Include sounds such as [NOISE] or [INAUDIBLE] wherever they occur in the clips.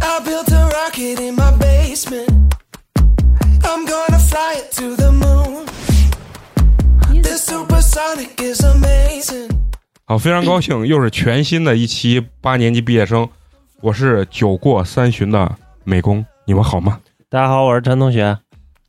I built a rocket in my basement. I'm gonna fly it to the moon. This supersonic is amazing. 好，非常高兴，又是全新的一期八年级毕业生。我是酒过三巡的美工，你们好吗？大家好，我是陈同学。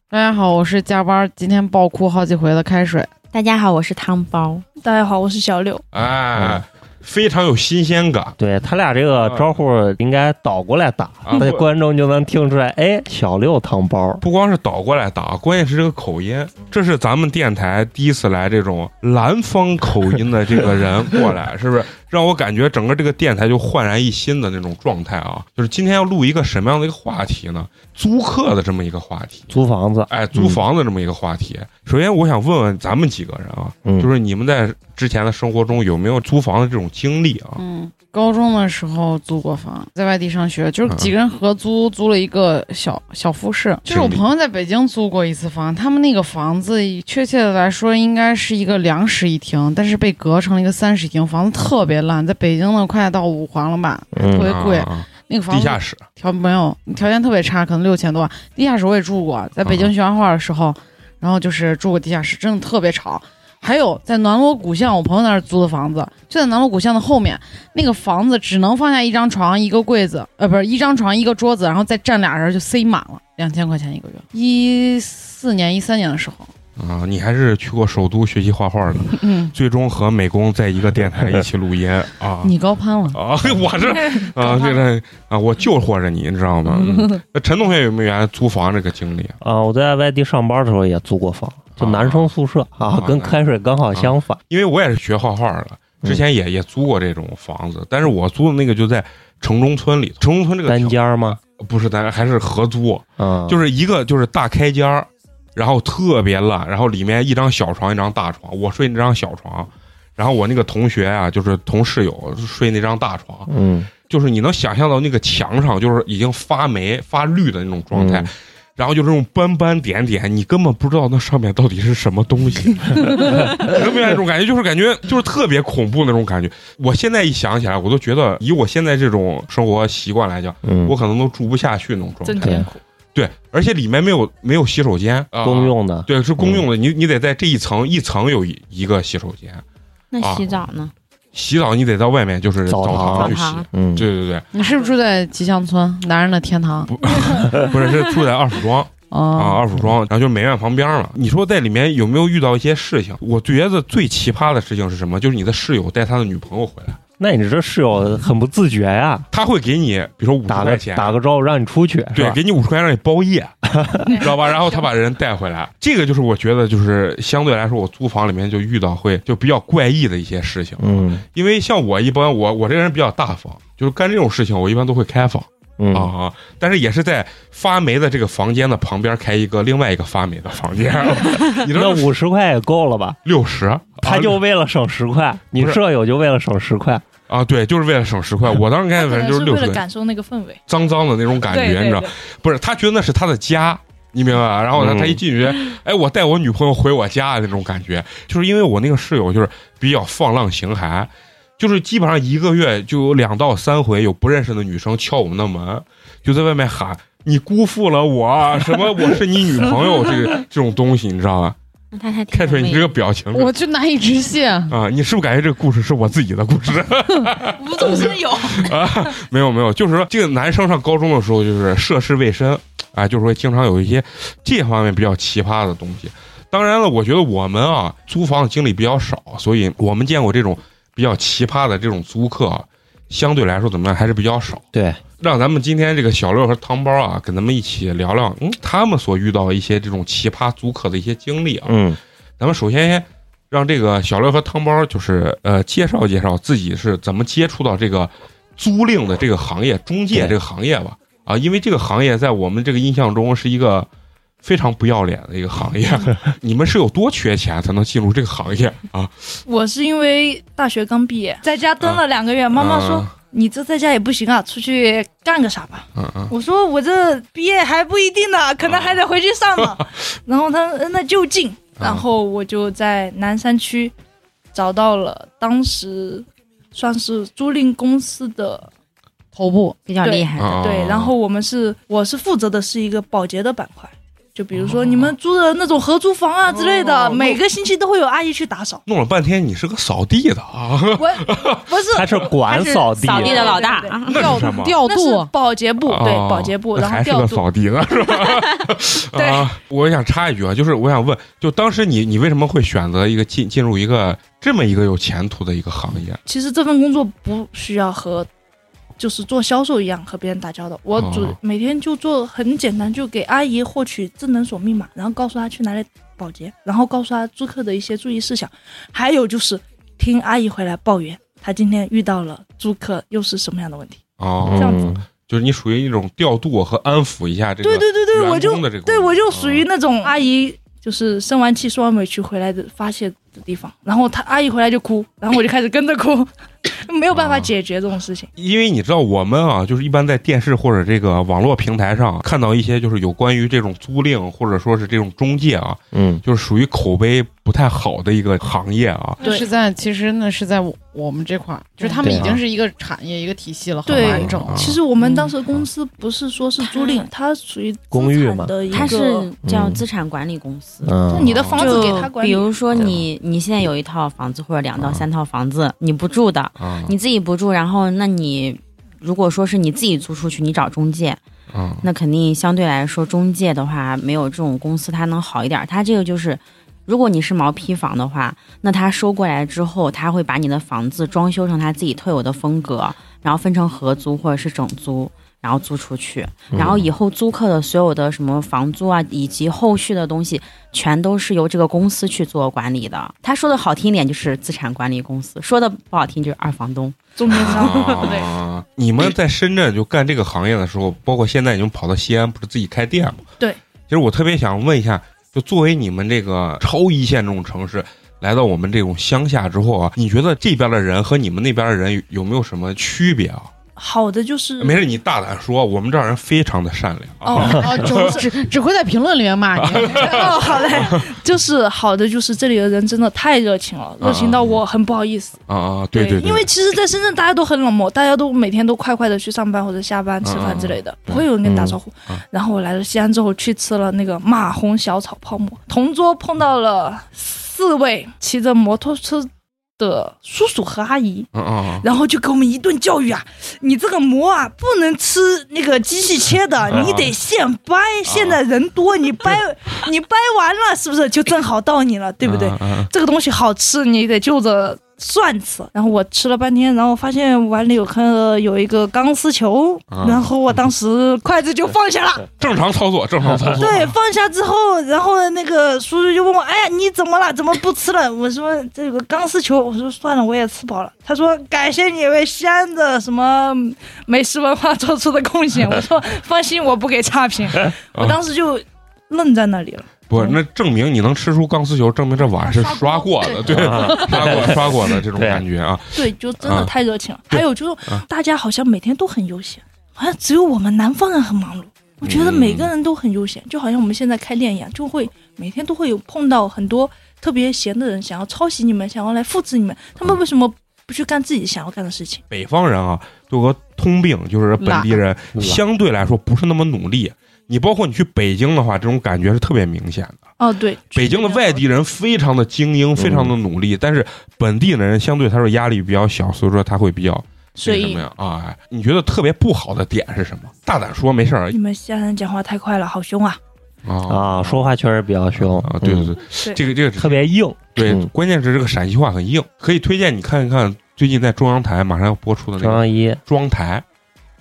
大家好，我是加班，今天爆哭好几回的开水。大家好，我是汤包。大家好，我是小柳。哎，非常有新鲜感。对他俩这个招呼应该倒过来打，啊那、观众就能听出来。哎，小六糖包，不光是倒过来打，关键是这个口音。这是咱们电台第一次来这种南方口音的这个人过来，是不是让我感觉整个这个电台就焕然一新的那种状态啊？就是今天要录一个什么样的一个话题呢？租客的这么一个话题，租房子，哎，租房的这么一个话题。首先，我想问问咱们几个人啊，嗯，就是你们在之前的生活中有没有租房的这种经历啊？嗯，高中的时候租过房，在外地上学，就是嗯几个人合租，租了一个小小复式。就是我兄弟朋友在北京租过一次房，他们那个房子确切的来说应该是一个两室一厅，但是被隔成了一个三室一厅，房子特别烂，在北京呢快到五环了吧，特嗯别贵。啊那个房地子下室条没有条件特别差，可能六千多万。地下室我也住过，在北京学画画的时候，然后就是住过地下室，真的特别吵。还有在南锣鼓巷，我朋友那儿租的房子，就在南锣鼓巷的后面，那个房子只能放下一张床、一个柜子，呃，不是一张床、一个桌子，然后再站俩人就塞满了，两千块钱一个月。一四年、一三年的时候，啊，你还是去过首都学习画画的，嗯，最终和美工在一个电台一起录音 [LAUGHS] 啊。你高攀了，啊， [LAUGHS] 我这啊，这个啊，我救活着你，你知道吗？嗯那陈同学有没有原来租房这个经历啊？啊，我在外地上班的时候也租过房，就啊男生宿舍啊啊，跟男开水刚好相反。因为我也是学画画的，之前也也租过这种房子，但是我租的那个就在城中村里头，城中村这个单条间儿吗？不是单还是合租，啊，就是是一个就是大开间儿，然后特别烂，然后里面一张小床一张大床，我睡那张小床，然后我那个同学啊，就是同室友睡那张大床，嗯，就是你能想象到那个墙上就是已经发霉发绿的那种状态，嗯然后就是那种斑斑点点，你根本不知道那上面到底是什么东西， [LAUGHS] 你能明白这种感觉？就是感觉就是特别恐怖那种感觉。我现在一想起来，我都觉得以我现在这种生活习惯来讲，嗯我可能都住不下去那种状态。对，对，而且里面没有没有洗手间，啊公用的，对是公用的，你你得在这一层一层有一一个洗手间，那啊洗澡呢？洗澡你得到外面就是澡澡堂堂去洗。堂嗯，对对对，你是不是住在吉祥村男人的天堂？不是是住在二府庄，啊，哦，二府庄，然后就是美院旁边嘛。你说在里面有没有遇到一些事情？我觉得最奇葩的事情是什么？就是你的室友带他的女朋友回来，那你这室友很不自觉呀，他会给你，比如说五十打块个钱，打个招呼让你出去，是对，吧？给你五十块钱让你包夜，知道吧？然后他把人带回来，这个就是我觉得就是相对来说，我租房里面就遇到会就比较怪异的一些事情。嗯因为像我一般，我我这个人比较大方，就是干这种事情我一般都会开房嗯啊啊，但是也是在发霉的这个房间的旁边开一个另外一个发霉的房 [LAUGHS] 间，你知那道五十块也够了吧？六十，他啊就为了省十块，你不是舍友就为了省十块，啊，对，就是为了省十块。我当时干可反正能就是是六为十了块，感受那个氛围，脏脏的那种感对觉，你对知道对，？不是，他觉得那是他的家，你明白吧？然后呢，嗯他一进去，哎，我带我女朋友回我家那种感觉，就是因为我那个室友就是比较放浪形骸，就是基本上一个月就有两到三回有不认识的女生敲我们的门，就在外面喊。你辜负了我，啊什么我是你女朋友，这个这种东西你知道吧？那他还挺开有水，你魅这力个表情我就难以置信。啊，你是不是感觉这个故事是我自己的故事？无中生有。没有没有，就是说这个男生上高中的时候就是涉世未深，啊，就是说经常有一些这方面比较奇葩的东西。当然了，我觉得我们啊租房的经历比较少，所以我们见过这种比较奇葩的这种租客啊，相对来说怎么样还是比较少。对，让咱们今天这个小六和汤包啊，跟咱们一起聊聊，嗯，他们所遇到一些这种奇葩租客的一些经历啊。嗯咱们首先让这个小六和汤包就是呃介绍介绍自己是怎么接触到这个租赁的这个行业中介对这个行业吧啊，因为这个行业在我们这个印象中是一个非常不要脸的一个行业。你们是有多缺钱才能进入这个行业啊？ [LAUGHS] 我是因为大学刚毕业，在家蹲了两个嗯月，妈呃妈说。你这在家也不行啊，出去干个啥吧？嗯，嗯我说我这毕业还不一定呢，可能还得回去上嗯呢。 [LAUGHS] 然后他呃那就近，然后我就在南山区找到了当时算是租赁公司的，头部比较厉害嗯，啊对。然后我们是我是负责的是一个保洁的板块，就比如说你们租的那种合租房啊之类的，哦每个星期都会有阿姨去打扫。弄了半天你是个扫地的啊？我不是他是管扫地，扫地的老大对啊，那调是什么？调那是度，保洁部，对哦保洁部，那然后还是调个度。扫地的是吧？ [LAUGHS] [LAUGHS] 对啊，我想插一句啊，就是我想问，就当时你你为什么会选择一个进进入一个这么一个有前途的一个行业？其实这份工作不需要和就是做销售一样和别人打交道，我主、哦每天就做很简单，就给阿姨获取智能锁密码，然后告诉她去哪里保洁，然后告诉她租客的一些注意事项，还有就是听阿姨回来抱怨。她今天遇到了租客又是什么样的问题？哦，嗯这样子就是你属于一种调度和安抚一下这个对对对对，我员就工的这个工作，对我就属于哦那种阿姨，就是生完气、受完委屈回来的发泄的地方。然后她阿姨回来就哭，然后我就开始跟着哭， [LAUGHS] 没有办法哦解决这种事情。因为你知道我们啊，就是一般在电视或者这个网络平台上看到一些就是有关于这种租赁或者说是这种中介啊，嗯，就是属于口碑不太好的一个行业啊。那是在其实那是在我我们这块儿，就是他们对已经啊是一个产业一个体系了，很对完整啊了。其实我们当时公司不是说是租赁，它属于资产公寓嘛的一个，啊它是叫嗯资产管理公司。就嗯，啊你的房子给他就管理。比如说你，你现在有一套房子或者两到三套房子，你不住的，啊，你自己不住，然后那你如果说是你自己租出去，你找中介，啊，那肯定相对来说中介的话没有这种公司它能好一点。它这个就是，如果你是毛坯房的话，那他收过来之后，他会把你的房子装修成他自己特有的风格，然后分成合租或者是整租。然后租出去，嗯然后以后租客的所有的什么房租啊，以及后续的东西，全都是由这个公司去做管理的。他说的好听一点就是资产管理公司，说的不好听就是二房东。中间商， [LAUGHS] [LAUGHS] 对，啊，你们在深圳就干这个行业的时候，包括现在已经跑到西安，不是自己开店吗？对。其实我特别想问一下，就作为你们这个超一线这种城市，来到我们这种乡下之后啊，你觉得这边的人和你们那边的人有有没有什么区别啊？好的就是没事，你大胆说，我们这儿人非常的善良啊。哦 [LAUGHS] 啊，只只只会在评论里面骂你， [LAUGHS] 哦，好嘞， [LAUGHS] 就是好的就是这里的人真的太热情了，热情到我很不好意思。啊啊，对对，因为其实，在深圳大家都很冷漠，大家都每天都快快的去上班或者下班、吃饭之类的，不会有人跟你打招呼。嗯然后我来了西安之后，去吃了那个马红小炒泡馍，同桌碰到了四位骑着摩托车的叔叔和阿姨，啊啊然后就给我们一顿教育啊！你这个馍啊，不能吃那个机器切的，嗯你得现掰。现在人多，你掰嗯你掰完了，是不是就正好到你了，对不对？啊啊这个东西好吃，你得就着蒜吃。然后我吃了半天，然后发现碗里有颗有一个钢丝球，啊然后我当时筷子就放下 [LAUGHS] 了。正常操作，正常操作。对，放下之后，然后那个叔叔就问我：“哎呀，你怎么了？怎么不吃了？”我说：“这有个钢丝球。”我说：“算了，我也吃饱了。”他说：“感谢你为西安的什么美食文化做出的贡献。”我说：“放心，我不给差评。”我当时就愣在那里了。不，那证明你能吃出钢丝球，证明这碗是刷过的，对，刷过刷过的这种感觉啊。对，就真啊的太热情了。对啊还有就是，大家好像每天都很悠闲，好像只有我们南方人很忙碌。我觉得每嗯个人都很悠闲，就好像我们现在开店一样，就会每天都会有碰到很多特别闲的人，想要抄袭你们，想要来复制你们。他嗯们为什么不去干自己想要干的事情？北方人啊，有个通病，就是本地人懒相对来说不是那么努力。你包括你去北京的话，这种感觉是特别明显的。哦，对，北京的外地人非常的精英，嗯非常的努力，但是本地的人相对他说压力比较小，所以说他会比较所那个什以么呀啊？哎你觉得特别不好的点是什么？大胆说，没事儿你们西安人讲话太快了，好凶啊！啊，说话确实比较凶啊，对对嗯对，这个这个特别硬，对，嗯关键是这个陕西话很硬，可以推荐你看一看最近在中央台马上要播出的那中个央《嗯一，庄台》，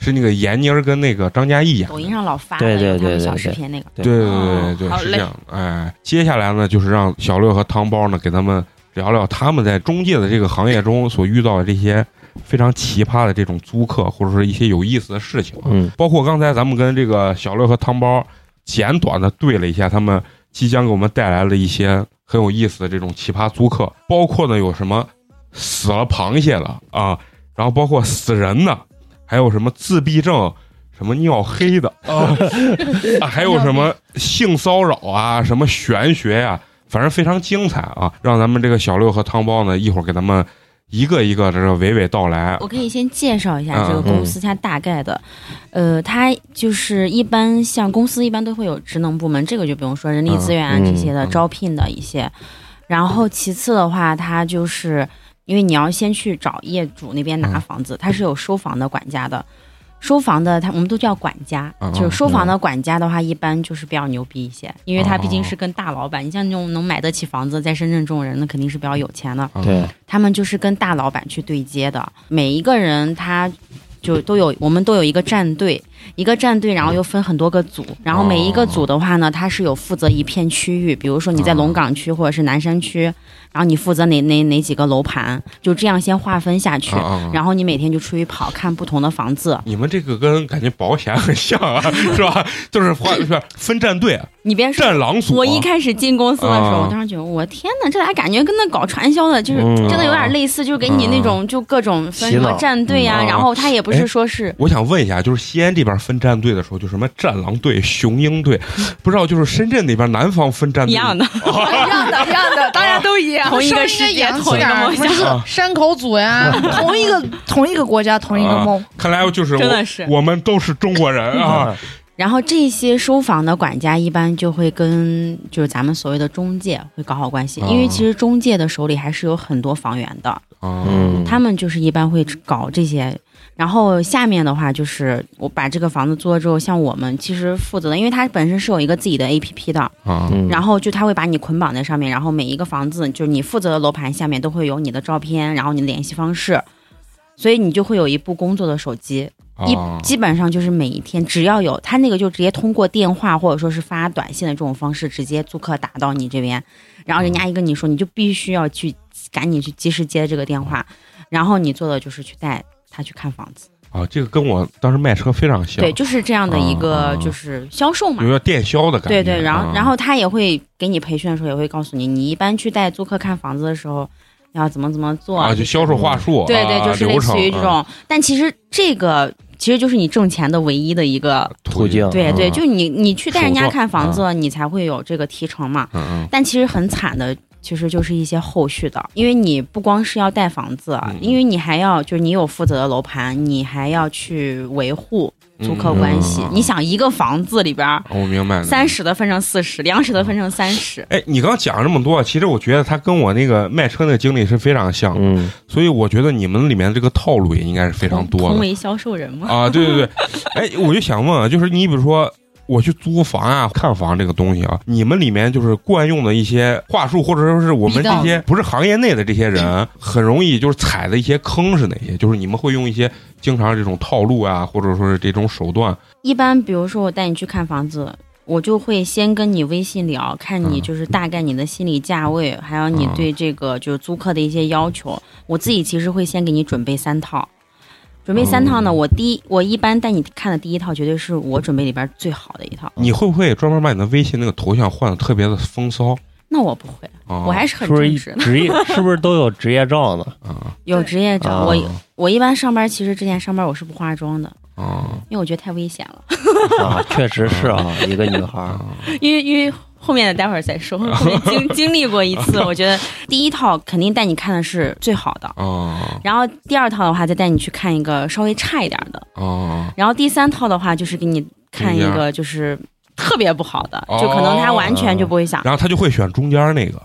是那个闫妮儿跟那个张嘉译演的抖音上老发对的对对有他们对小对视频那个，对对对对哦对，好是这嘞样。哎，接下来呢，就是让小六和汤包呢给他们聊聊他们在中介的这个行业中所遇到的这些非常奇葩的这种租客，或者说一些有意思的事情啊。嗯包括刚才咱们跟这个小六和汤包简短的对了一下他们即将给我们带来了一些很有意思的这种奇葩租客，包括呢有什么死了螃蟹了啊，然后包括死人的，还有什么自闭症。什么尿黑的 [LAUGHS] 啊啊还有什么性骚扰啊，什么玄学呀、反正非常精彩啊！让咱们这个小六和汤包呢，一会儿给咱们一个一个的这个娓娓道来我。可以先介绍一下这个嗯公司，它大概的，呃，它就是一般像公司一般都会有职能部门，这个就不用说，人力资源啊嗯这些的嗯招聘的一些。然后其次的话，它就是因为你要先去找业主那边拿嗯房子，它是有收房的管家的。收房的他我们都叫管家嗯，哦就是收房的管家的话，一般就是比较牛逼一些，因为他毕竟是跟大老板，你像那种能买得起房子，在深圳这种人，那肯定是比较有钱的。啊嗯对，他们就是跟大老板去对接的。每一个人他就都有，我们都有一个战队，一个战队，然后又分很多个组，然后每一个组的话呢，它是有负责一片区域，比如说你在龙岗区或者是南山区，然后你负责哪哪哪几个楼盘，就这样先划分下去啊。啊！啊然后你每天就出去跑看不同的房子，你们这个跟感觉保险很像 [LAUGHS] 啊，是吧？就是划是吧分战队、啊你别说。战狼组。我一开始进公司的时候，啊我当时觉得，我天呐，这俩感觉跟那搞传销的，就是嗯真的有点类似，就是给你那种就各种分什洗么脑战队呀、嗯啊然后他也不哎是说是我想问一下，就是西安这边分战队的时候，就什么战狼队、雄鹰队，不知道就是深圳那边南方分战嗯 [LAUGHS] 一队样的，啊一样的，一样的，[LAUGHS] 大家都一样。同一个声世音界也，洋同气一点个儿，梦不是想，山口组呀，啊同一个同一个国家，同一个梦。看来就是我真的是。我们都是中国人啊。然后这些收房的管家一般就会跟就是咱们所谓的中介会搞好关系，哦因为其实中介的手里还是有很多房源的，嗯嗯，他们就是一般会搞这些。然后下面的话就是我把这个房子租了之后，像我们其实负责的，因为它本身是有一个自己的 A P P 的，啊嗯然后就他会把你捆绑在上面，然后每一个房子就是你负责的楼盘下面都会有你的照片，然后你的联系方式，所以你就会有一部工作的手机，一啊！基本上就是每一天，只要有他那个就直接通过电话或者说是发短信的这种方式，直接租客打到你这边，然后人家一跟你说，你就必须要去赶紧去及时接这个电话，然后你做的就是去带他去看房子，啊，这个跟我当时卖车非常像，对，就是这样的一啊啊个啊就是销售嘛有。点电销的感觉。对对，然后啊然后他也会给你培训的时候也会告诉你，你一般去带租客看房子的时候要怎么怎么做啊，就销售话术，对对，啊就是类流程似于这啊种，但其实这个其实就是你挣钱的唯一的一个途径对对，啊嗯就你你去带人手嗯家段看房子，你才会有这个提成嘛。嗯嗯但其实很惨的，其实就是一些后续的，因为你不光是要带房子，啊嗯因为你还要就是你有负责的楼盘，你还要去维护租客关嗯系。嗯嗯嗯你想一个房子里边嗯我明白了三。十的分成四十，两室的分成三十，哎，你刚讲了这么多，其实我觉得他跟我那个卖车那个经历是非常像的，嗯，所以我觉得你们里面这个套路也应该是非常同多同的为销售人嘛。啊。对对对，[LAUGHS] 哎，我就想问啊，就是你比如说我去租房啊、看房这个东西啊，你们里面就是惯用的一些话术，或者说是我们这地些不是行业内的这些嗯人，很容易就是踩的一些坑是哪些？就是你们会用一些经常这种套路啊，或者说是这种手段一般比如说我带你去看房子，我就会先跟你微信聊，看你嗯就是大概你的心理价位，还有你嗯对这个就是租客的一些要求。我自己其实会先给你准备三套，准备三套呢，哦我第一我一般带你看的第一套绝对是我准备里边最好的一套。你会不会专门把你的微信那个头像换的特别的风骚那我不会，啊？我还是是很不是正一直的。职业是不是都有职业照 [LAUGHS] 呢？啊有职业照，啊我我一般上班其实之前上班我是不化妆的，啊因为我觉得太危险了。啊，确实是啊，嗯一个女孩儿，啊！因为因为后面的待会儿再说，后面经经历过一次，我觉得第一套肯定带你看的是最好的，啊然后第二套的话再带你去看一个稍微差一点儿的，啊！然后第三套的话就是给你看一中个就是。特别不好的，哦就可能他完全就不会想，然后他就会选中间那个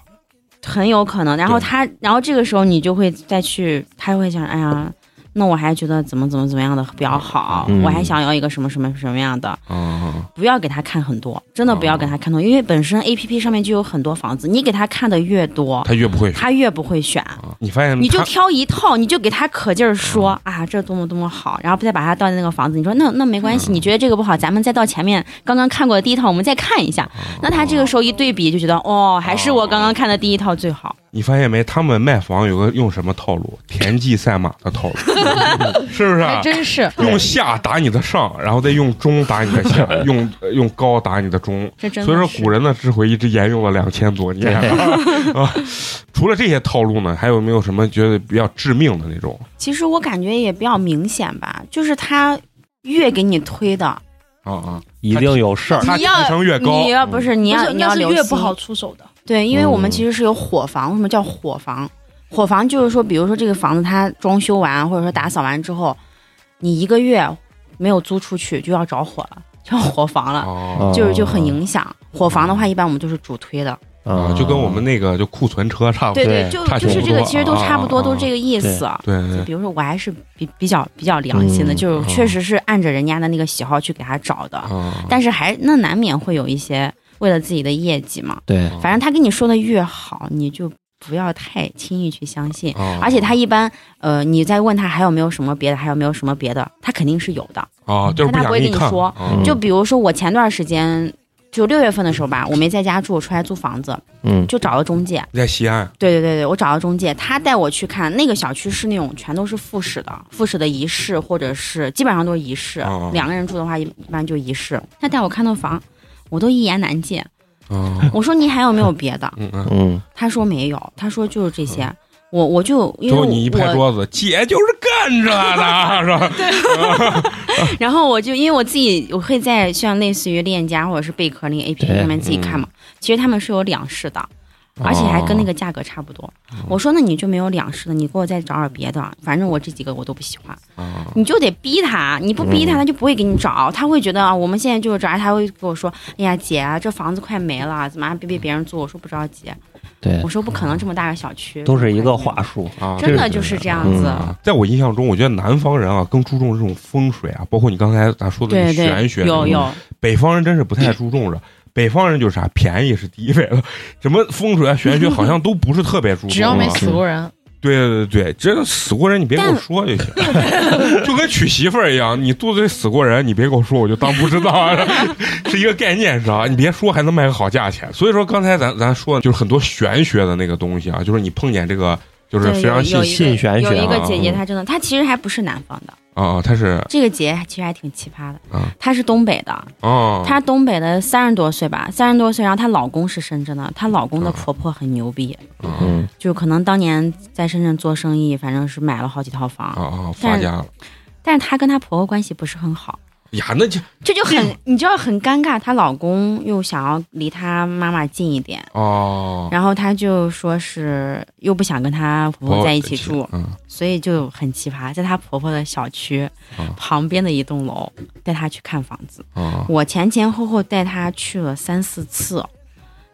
很有可能。然后他，然后这个时候你就会再去，他会想，哎呀，那我还觉得怎么怎么怎么样的比较好，嗯我还想要一个什么什么什么样的，啊不要给他看很多，真的不要给哦他看多，因为本身 A P P 上面就有很多房子，你给他看的越多，他越不会选。他越不会选。啊你发现哦你就他嗯挑一套，你就给他可劲儿说啊，这多么多么好，然后再把他倒进那个房子。你说那那没关嗯系，你觉得这个不好，咱们再到前面刚刚看过哦的第一套，我们再看一下。那他这个时候一对比，就觉得哦，还是我刚刚看的第一套最好。你发现没？他们卖房有个用什么套路？田忌赛马的 [LAUGHS] 套路，是不是啊？还 [LAUGHS] 真是。用下打你的上，然后再用中打你的 [LAUGHS] 下，用呃用高打你的中。这真所以的说，是古人的智慧一直沿用了两千多年 [LAUGHS] 啊。除了这些套路呢，还有没有什么觉得比较致命的那种？其实我感觉也比较明显吧，就是他越给你推的，啊啊，一定有事儿。它你要提成越高，你要不是你不要是你要那是留越心不好出手的。对，因为我们嗯其实是有伙房，为什么叫伙房？伙房就是说，比如说这个房子它装修完或者说打扫完之后，你一个月没有租出去就要着火了，就要火房了，哦 [LAUGHS] 就是就很影响。火房的话，一般我们都是主推的，啊，就跟我们那个就库存车差不多。对，对就差就不是这个多其实都差不啊多，啊都这个意思。对对比如说，我还是比比较比较良心的，嗯就是确实是按着人家的那个喜好去给他找的，啊，但是还那难免会有一些为了自己的业绩嘛。对啊反正他跟你说的越好，你就不要太轻易去相信。啊而且他一般，呃，你再问他还有没有什么别的，还有没有什么别的，他肯定是有的。啊，就是但他想不会给跟你看说啊嗯就比如说我前段时间，就六月份的时候吧，我没在家住，出来租房子，嗯就找了中介。在西安对对对对，我找到中介，他带我去看那个小区是那种全都是复式的，复式的一室或者是基本上都是一室，哦两个人住的话一一般就一室。他带我看那房，我都一言难尽。啊，我说你还有没有别的？嗯嗯，嗯，他说没有，他说就是这些。我我就因最为后我你一拍桌子，姐就是干这的，是吧？ [LAUGHS] 然后我就因为我自己，我会在像类似于链家或者是贝壳那个 A P 对 P 嗯哦上面自己看嘛。其实他们是有两室的，而且还跟那个价格差不多。嗯我说那你就没有两室的，你给我再找点别的，反正我这几个我都不喜欢。哦啊你就得逼他，你不嗯逼他，他就不会给你找，他会觉得啊，我们现在就是找，他会跟我说，哎呀姐，这房子快没了，怎么还别被别人租？我说不着急，对我，说不可能这么大个小区，都是一个话，术。啊，真这的是就是这样嗯子。啊，在我印象中，我觉得南方人啊更注重这种风水啊，包括你刚才咱说的那对个对玄学，，有有，，北方人真是不太注重着。北方人就是啥、便宜是第一位了，什么风水啊、玄学好像都不是特别注重啊。只要没死过人，对对对对，真的死过人你别跟我说就行，就跟娶媳妇儿一样，你肚子里死过人，你别跟我说，我就当不知道，是一个概念，知道吧？你别说，还能卖个好价钱。所以说刚才咱咱说的就是很多玄学的那个东西啊，就是你碰见这个就是对非常有信有啊一信个玄学有一个啊姐姐，嗯她真的，她其实还不是南方的，啊，他是这个姐其实还挺奇葩的啊，她是东北的，啊，她东北的三十多岁吧，三十多岁，然后她老公是深圳的，她老公的啊婆婆很牛逼，啊嗯就可能当年在深圳做生意，反正是买了好几套啊房，啊发家了但是她跟她婆婆关系不是很好，呀，那就这就嗯很你知道很尴尬，她老公又想要离她妈妈近一点，哦，然后她就说是又不想跟她婆婆在一起住，嗯所以就很奇葩，在她婆婆的小区啊旁边的一栋楼带她去看房子，啊我前前后后带她去了三四次，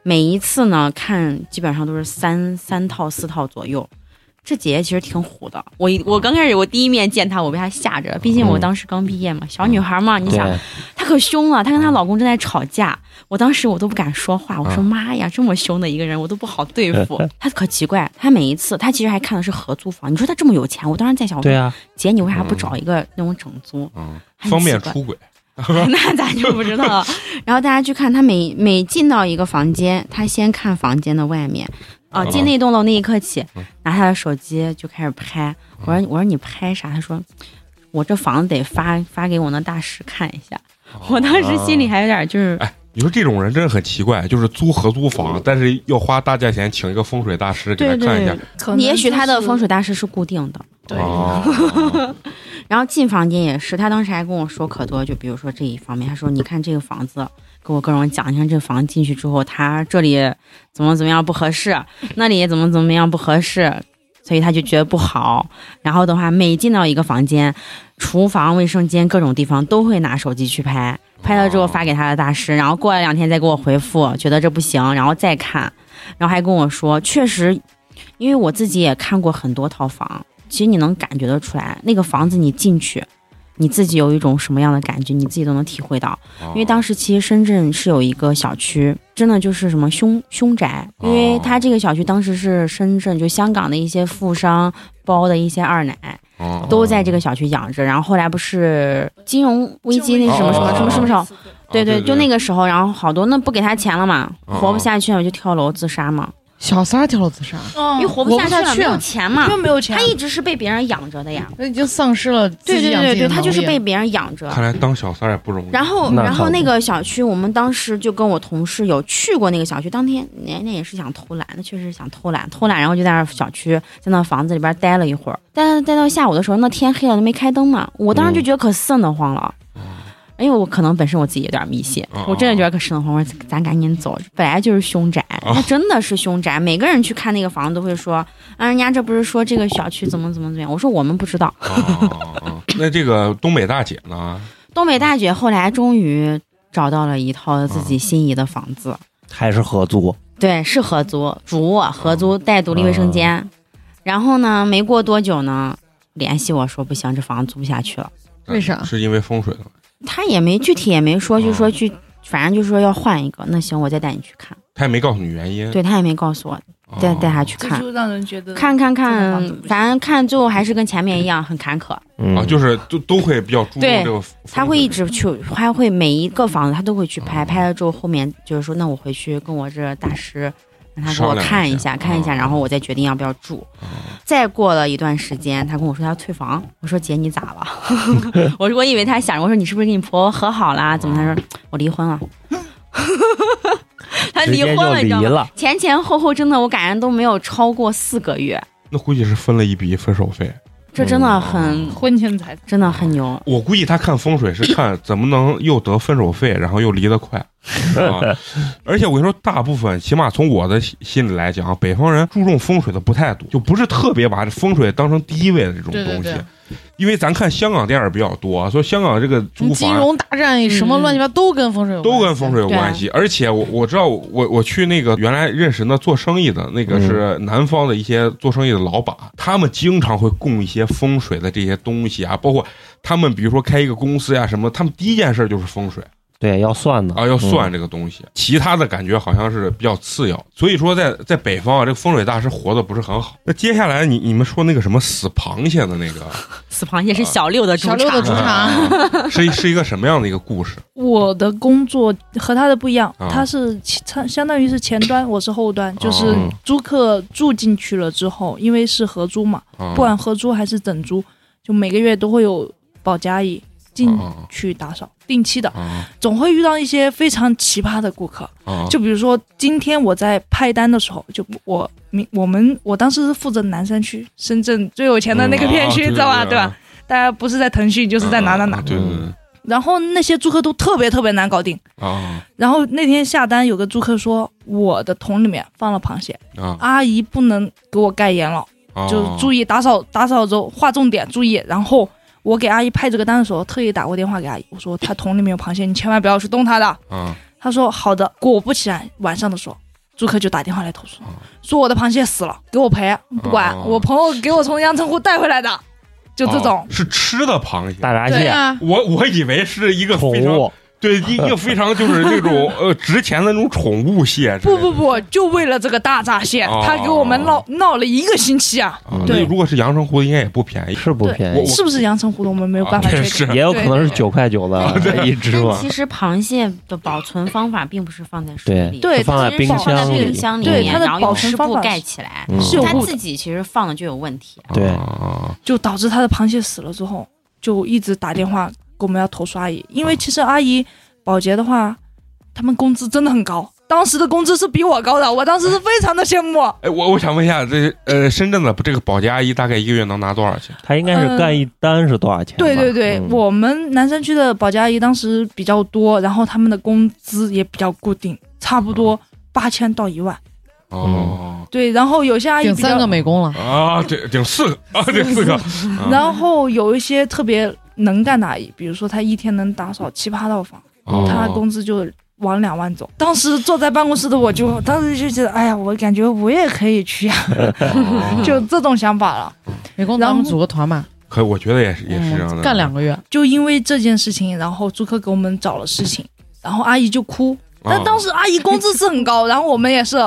每一次呢看基本上都是三三套四套左右。这姐姐其实挺虎的，我一我刚开始我第一面见她，我被她吓着，毕竟我当时刚毕业嘛，小女孩嘛，你对想她可凶啊了，她跟她老公正在吵架，我当时我都不敢说话，我说嗯妈呀，这么凶的一个人，我都不好对付。她可奇怪，她每一次，她其实还看的是合租房。你说她这么有钱，我当时在想，我对说啊，姐，你为啥不找一个那种整 [LAUGHS] 租？ [LAUGHS] 嗯，很方便奇怪出轨那咱就不知道了。然后大家去看，她每每进到一个房间，她先看房间的外面。啊，嗯进那栋楼那一刻起嗯，拿她的手机就开始拍。我说我说你拍啥？她说我这房子得发发给我那大师看一下。我当时心里还有点就是哎，你说这种人真的很奇怪，就是租合租房，但是要花大价钱请一个风水大师给他看一下。可能也许他的就是风水大师是固定的，对哦，然后进房间也是，他当时还跟我说可多，就比如说这一方面，他说你看这个房子，给我各种讲一下这个房子进去之后，他这里怎么怎么样不合适，那里怎么怎么样不合适，所以他就觉得不好。然后的话，每进到一个房间，厨房、卫生间各种地方都会拿手机去拍，拍了之后发给他的大师，然后过了两天再给我回复，觉得这不行，然后再看，然后还跟我说，确实，因为我自己也看过很多套房，其实你能感觉得出来，那个房子你进去。你自己有一种什么样的感觉，你自己都能体会到。因为当时时其实深圳是有一个小区，真的就是什么凶凶宅，哦因为它这个小区当时是深圳就香港的一些富商包的一些二奶，哦都在这个小区养着。然后后来不是金融危机那什么什么什么什么时候？对哦对，就那个时候，然后好多那不给他钱了嘛，哦活不下去了就跳楼自杀嘛。小三儿跳楼自杀，因嗯为活不下活不下了，去没啊有钱嘛又，没有钱他，一直是被别人养着的呀。那已经丧失了自对己对养自对己对，的他能就是力被别人养着。看来当小三儿也不容易。然后，那然后可那不个小区，我们当时就跟我同事有去过那个小区，当天人家也是想偷懒，那确实想偷懒，偷懒，然后就在那儿小区，在那房子里边待了一会儿，待待到下午的时候，那天黑了，没开灯嘛，我当时就觉得可瘆得慌了。因为我可能本身我自己有点迷信，哦我真的觉得可瘆得慌。我说咱赶紧走，本来就是凶宅，哦那真的是凶宅。每个人去看那个房子都会说，啊，人家这不是说这个小区怎么怎么怎么样？我说我们不知道。啊啊 [LAUGHS] 啊那这个东北大姐呢？东北大姐后来终于找到了一套自己心仪的房子，还是合租，对，是合租，主卧合租带独立卫生间。然后呢，没过多久呢，联系我说不行，这房子租不下去了。为啥呃是因为风水吗？他也没具体也没说，就说去，反正就说要换一个。那行，我再带你去看。她也没告诉你原因。对他也没告诉我，嗯哦，再带他去这看，就让人觉得看看这个看房子不，行反正看最后还是跟前面一样很坎坷。啊，嗯，就是是都都会比较注重对这个风水。他会一直去，他会每一个房子他都会去拍，拍了之后后面就是说，那我回去跟我这大师让他给商我量一看一下下，看一啊下，嗯然后我再决定要不要住。再过了一段时间，他跟我说他要退房，我说姐你咋了？ [LAUGHS] 我说我以为他想，我说你是不是跟你婆婆和好啦？怎么？他啊说我离 [LAUGHS] 婚了。啊他直离接婚就了，你离知道吗？了，前前后后真的，我感觉都没有超过四个月，那估计是分了一笔分手费。这真的嗯很、婚前财产，真的很牛。我估计他看风水是看怎么能又得分手费，然后又离得快。啊、而且我跟你说，大部分起码从我的心心里来讲，啊北方人注重风水的不太多，就不是特别把这风水当成第一位的这种对东对西。对因为咱看香港电影比较多，所以香港这个什租么金房啊融大战什嗯么乱七八都跟风水有都关跟系风水有关系。而且我我知道我，我去那个原来认识那做生意的那个是南方的一些做生意的老板，他们经常会供一些风水的这些东西啊，包括他们比如说开一个公司呀、什么，他们第一件事就是风水。对，要算的啊，要算嗯这个东西，其他的感觉好像是比较次要。所以说在，在北方啊，这个风水大师活的不是很好。那接下来你你们说那个什么死螃蟹的那个，死螃蟹是小六的主小六的场主场啊、是一是一个什么样的一个故事？我的工作和他的不一样，啊他是相相当于是前端，我是后端，就是嗯租客住进去了之后，因为是合租嘛，啊、不管合租还是整租，就每个月都会有保洁姨进啊去打扫，定期的，啊总会遇到一些非常奇葩的顾客。啊，就比如说今天我在派单的时候，就我明我们我当时是负责南山区，深圳最有钱的那个片区，嗯啊知道吧？对对吧？？大家不是在腾讯就是在哪哪哪啊，对对对然后那些租客都特别特别难搞定。嗯啊然后那天下单，有个租客说我的桶里面放了螃蟹，啊阿姨不能给我盖严了，啊，就注意打扫打扫之后划重点，注意。然后我给阿姨派这个单的时候，特意打过电话给阿姨，我说她桶里面有螃蟹，你千万不要去动它的。啊她说好的。果不其然，晚上的时候。租客就打电话来投诉啊，说我的螃蟹死了，给我赔，不管啊，我朋友给我从阳澄湖带回来的，就这啊种。是吃的螃蟹。大闸对蟹、啊，我我以为是一个宠非常物，对一一个非常就是那种呃值钱的那种宠物蟹之类不的。不不，就为了这个大闸蟹，哦他给我们闹闹了一个星期啊！啊，对那如果是阳澄湖，应该也不便宜。是不对便宜，我是不是阳澄湖的？我们没有办法啊确对定。是也有可能是九块九的一只但嘛其，实螃蟹的保存方法并不是放在水里，对就放它在其实冰是放在箱冰里，箱里对面，它的然后用保存湿方布法盖起来。嗯是有它雾的自己其实放的就有问题。对啊就导致他的螃蟹死了之后，就一直打电话给我们要投诉阿姨，因啊为其实阿姨保洁的话，他们工资真的很高，当时的工资是比我高的，我当时是非常的 [LAUGHS] 羡慕。哎，我我想问一下，这呃，深圳的这个保洁阿姨大概一个月能拿多少钱？它应该是干一单是多少钱吧？嗯对对对，嗯我们南山区的保洁阿姨当时比较多，然后他们的工资也比较固定，差不啊多八千到一万。嗯哦、对，然后有些阿姨顶比较三个美工了。啊，这顶四个啊，顶四个啊然后有一些特别能干的阿姨，比如说她一天能打扫七八套房，哦她工资就往两万走。当时坐在办公室的我就，当时就觉得，哎呀，我感觉我也可以去呀、啊哦就这种想法了。美工，然咱们后组个团吧，可我觉得也是也是这样的，嗯干两个 [LAUGHS] 月，就因为这件事情，然后租客给我们找了事情，然后阿姨就哭。啊哦但当时阿姨工资是很高，然后我们也是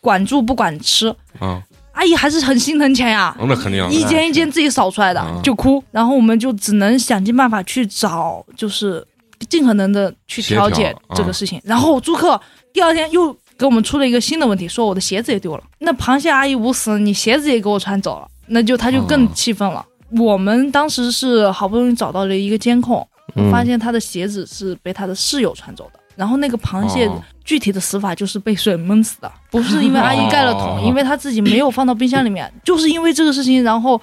管住不管吃，啊，阿姨还是很心疼钱呀、啊那肯定一间一间自己扫出来的嗯，就哭。然后我们就只能想尽办法去找，就是尽可能的去调协解调嗯这个事情。然后租客第二天又给我们出了一个新的问题，说我的鞋子也丢了。那螃蟹阿姨捂死了，你鞋子也给我穿走了，那就他嗯就更气愤了。我们当时是好不容易找到了一个监控，嗯发现他的鞋子是被他的室友穿走的。然后那个螃蟹哦具体的死法就是被水闷死的，不是因为阿姨盖了桶，哦因为他自己没有放到冰箱里面， [COUGHS] 就是因为这个事情，然后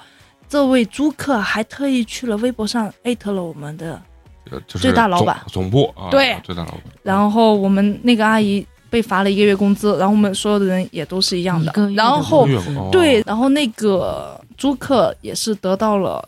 这位租客还特意去了微博上艾特了我们的，呃就是最大老板总总部啊，对最大老板。然后我们那个阿姨被罚了一个月工资，然后我们所有的人也都是一样的一个月，的然后嗯月光哦对，然后那个租客也是得到了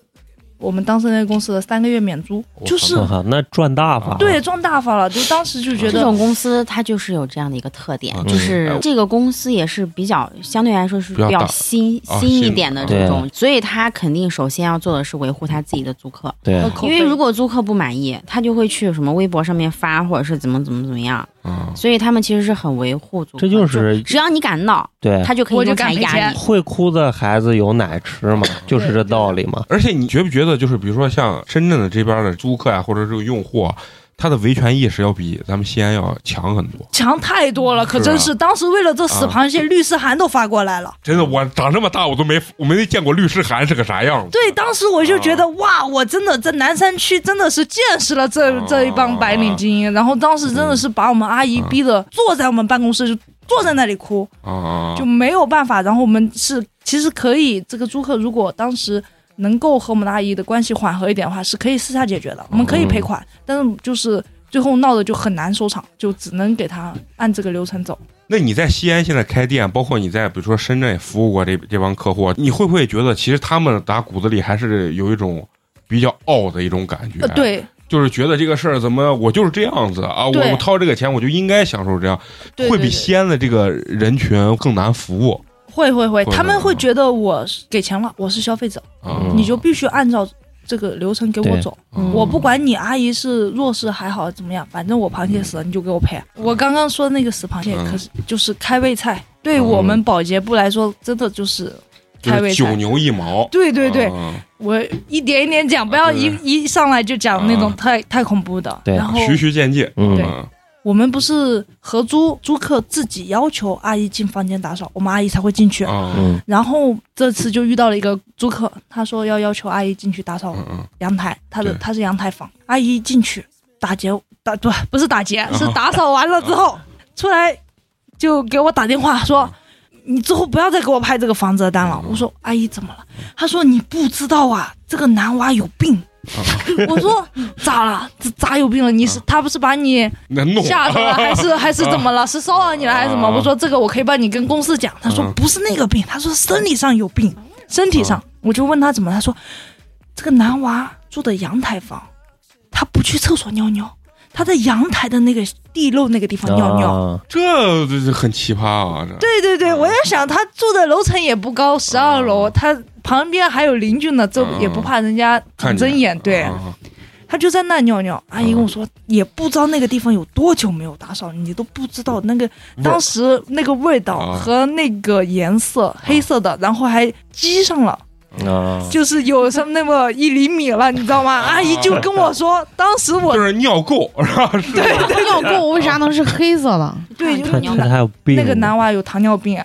我们当时那个公司的三个月免租，我就是哈嗯哈，那赚大发了。嗯对撞大发了，就当时就觉这得种公司它就是有这样的一个特点，嗯就是这个公司也是比较相对来说是比较比大较新啊新一新点的的这对种，所以他肯定首先要做的是维护他自己的租客，对呃，因为如果租客不满意，他就会去什么微博上面发，或者是怎么怎么怎么样，啊，所以他们其实是很维护租客，这就是只要你敢闹，对他就可以我就用财敢赔压钱你。会哭的孩子有奶吃嘛，就是这道理嘛。而且你觉不觉得，就是比如说像深圳的这边的租客呀、或者这个用户啊，他的维权意识要比咱们西安要强很多。强太多了，可是真啊是。当时为了这死螃蟹，律师函都发过来了。真的，我长这么大我都没我没见过律师函是个啥样子。对，当时我就觉啊得、哇，我真的在南山区真的是见识了这、啊这一帮白领精英。然后当时真的是把我们阿姨嗯逼的坐在我们办公室就坐在那里哭，啊啊，就没有办法。然后我们是其实可以，这个租客如果当时能够和我们的阿姨的关系缓和一点的话，是可以私下解决的，我们可以赔款，嗯但是就是最后闹的就很难收场，就只能给他按这个流程走。那你在西安现在开店，包括你在比如说深圳也服务过这这帮客户，你会不会觉得其实他们打骨子里还是有一种比较傲的一种感觉？呃，，对就是觉得这个事儿怎么我就是这样子啊，我对我掏这个钱我就应该享受这样，对，会对比对西安的这个人群更难服务会会会，会他们的会嗯觉得我是给钱了，我是消费者，啊。嗯你就必须按照这个流程给我对走。嗯我不管你阿姨是弱势还好怎么样，反正我螃蟹死了你就给我赔。我刚刚说的那个死螃蟹，嗯可是就是开胃菜，对我们保洁部来说，真的就是就开胃是九菜。牛一毛。对对对，嗯我一点一点讲，不啊要对一一上来就讲那种啊太太恐怖的。对然后循序渐进。嗯对嗯我们不是合租，租客自己要求阿姨进房间打扫，我们阿姨才会进去。嗯嗯然后这次就遇到了一个租客，他说要要求阿姨进去打扫嗯嗯阳台，他的对他是阳台房，阿姨一进去打劫打不不是 [LAUGHS] 打劫，啊是打扫完了之后出来就给我打电话说。你之后不要再给我拍这个房子的单了。嗯我说阿姨怎么了？他说你不知道啊，这个男娃有病。嗯 [LAUGHS] 我说咋了？这咋有病了？你是他不是把你那弄吓着了，还是还是怎么嗯了？是骚扰你了还是什么？啊我说这个我可以帮你跟公司讲。他说嗯不是那个病，他说生理上有病，身体上。我就问他怎么了，他说这个男娃住的阳台房，他不去厕所尿尿，他在阳台的那个地漏那个地方尿尿。啊这这这很奇葩啊！这对对对，我在想他住的楼层也不高，十二楼，他旁边还有邻居呢，这嗯也不怕人家看长见针眼。对，啊他就在那尿尿。阿姨跟我说，也不知道那个地方有多久没有打扫，你都不知道那个味儿当时那个味道啊和那个颜色，黑色的，然后还积上了，啊，就是有什么那么一厘米了，你知道吗？阿姨就跟我说，当时我就是尿垢 [LAUGHS] 是吧？对，尿垢为啥能是黑色的？对他就他是尿他的还有病那个男娃有糖尿病，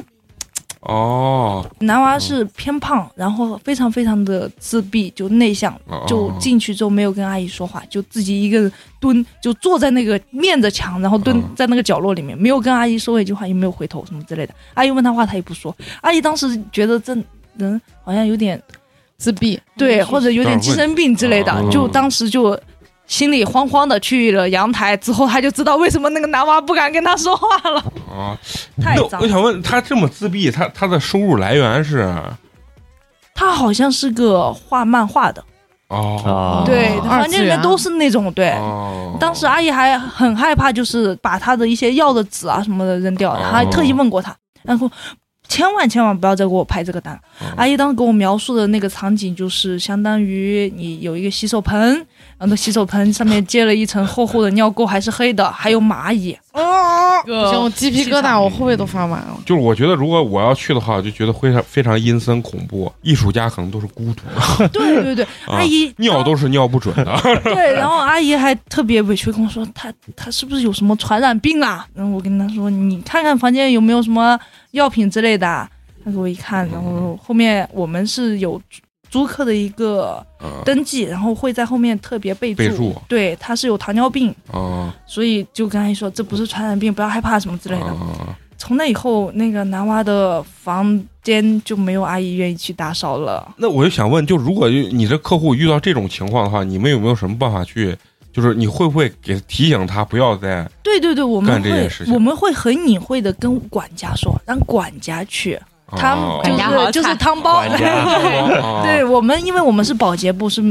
哦，男娃是偏胖，然后非常非常的自闭，就内向。哦就进去之后没有跟阿姨说话，就自己一个人蹲，就坐在那个面着墙，然后蹲嗯在那个角落里面，没有跟阿姨说一句话，也没有回头什么之类的。阿姨问他话，他也不说。阿姨当时觉得这人好像有点自闭，对，或者有点精神病之类的，嗯就当时就心里慌慌的去了阳台，之后他就知道为什么那个男娃不敢跟他说话了，啊。太那脏我了。想问他这么自闭，他他的收入来源是他好像是个画漫画的，哦啊，对，二房间次里面元都是那种对。哦，当时阿姨还很害怕，就是把她的一些药的纸啊什么的扔掉，哦然后还特意问过她，然后千万千万不要再给我拍这个单。哦阿姨当时给我描述的那个场景，就是相当于你有一 [LAUGHS] 个洗手盆，然后那洗手盆上面接了一层厚厚的尿垢，还是黑的，还有蚂蚁。啊，不行，我鸡皮疙瘩，我后背都发麻了。就是我觉得，如果我要去的话，我就觉得非常非常阴森恐怖。艺术家可能都是孤独的，对对对，阿姨啊尿都是尿不准的。对，然后阿姨还特别委屈跟我说，她她是不是有什么传染病啦？然后我跟她说，你看看房间有没有什么药品之类的。她给我一看，然后后面我们是有租客的一个嗯登记，然后会在后面特别备注，备注对，她是有糖尿病，啊所以就跟阿姨说这不是传染病，不要害怕什么之类的。啊！从那以后，那个男娃的房间就没有阿姨愿意去打扫了。那我就想问，就如果你这客户遇到这种情况的话，你们有没有什么办法去？就是你会不会给提醒他不要再对对对，我干们这件会事情我们会很隐晦的跟管家说，让管家去，他啊就管家好是惨就是汤包。管 [LAUGHS] 家啊对我们，因为我们是保洁部，是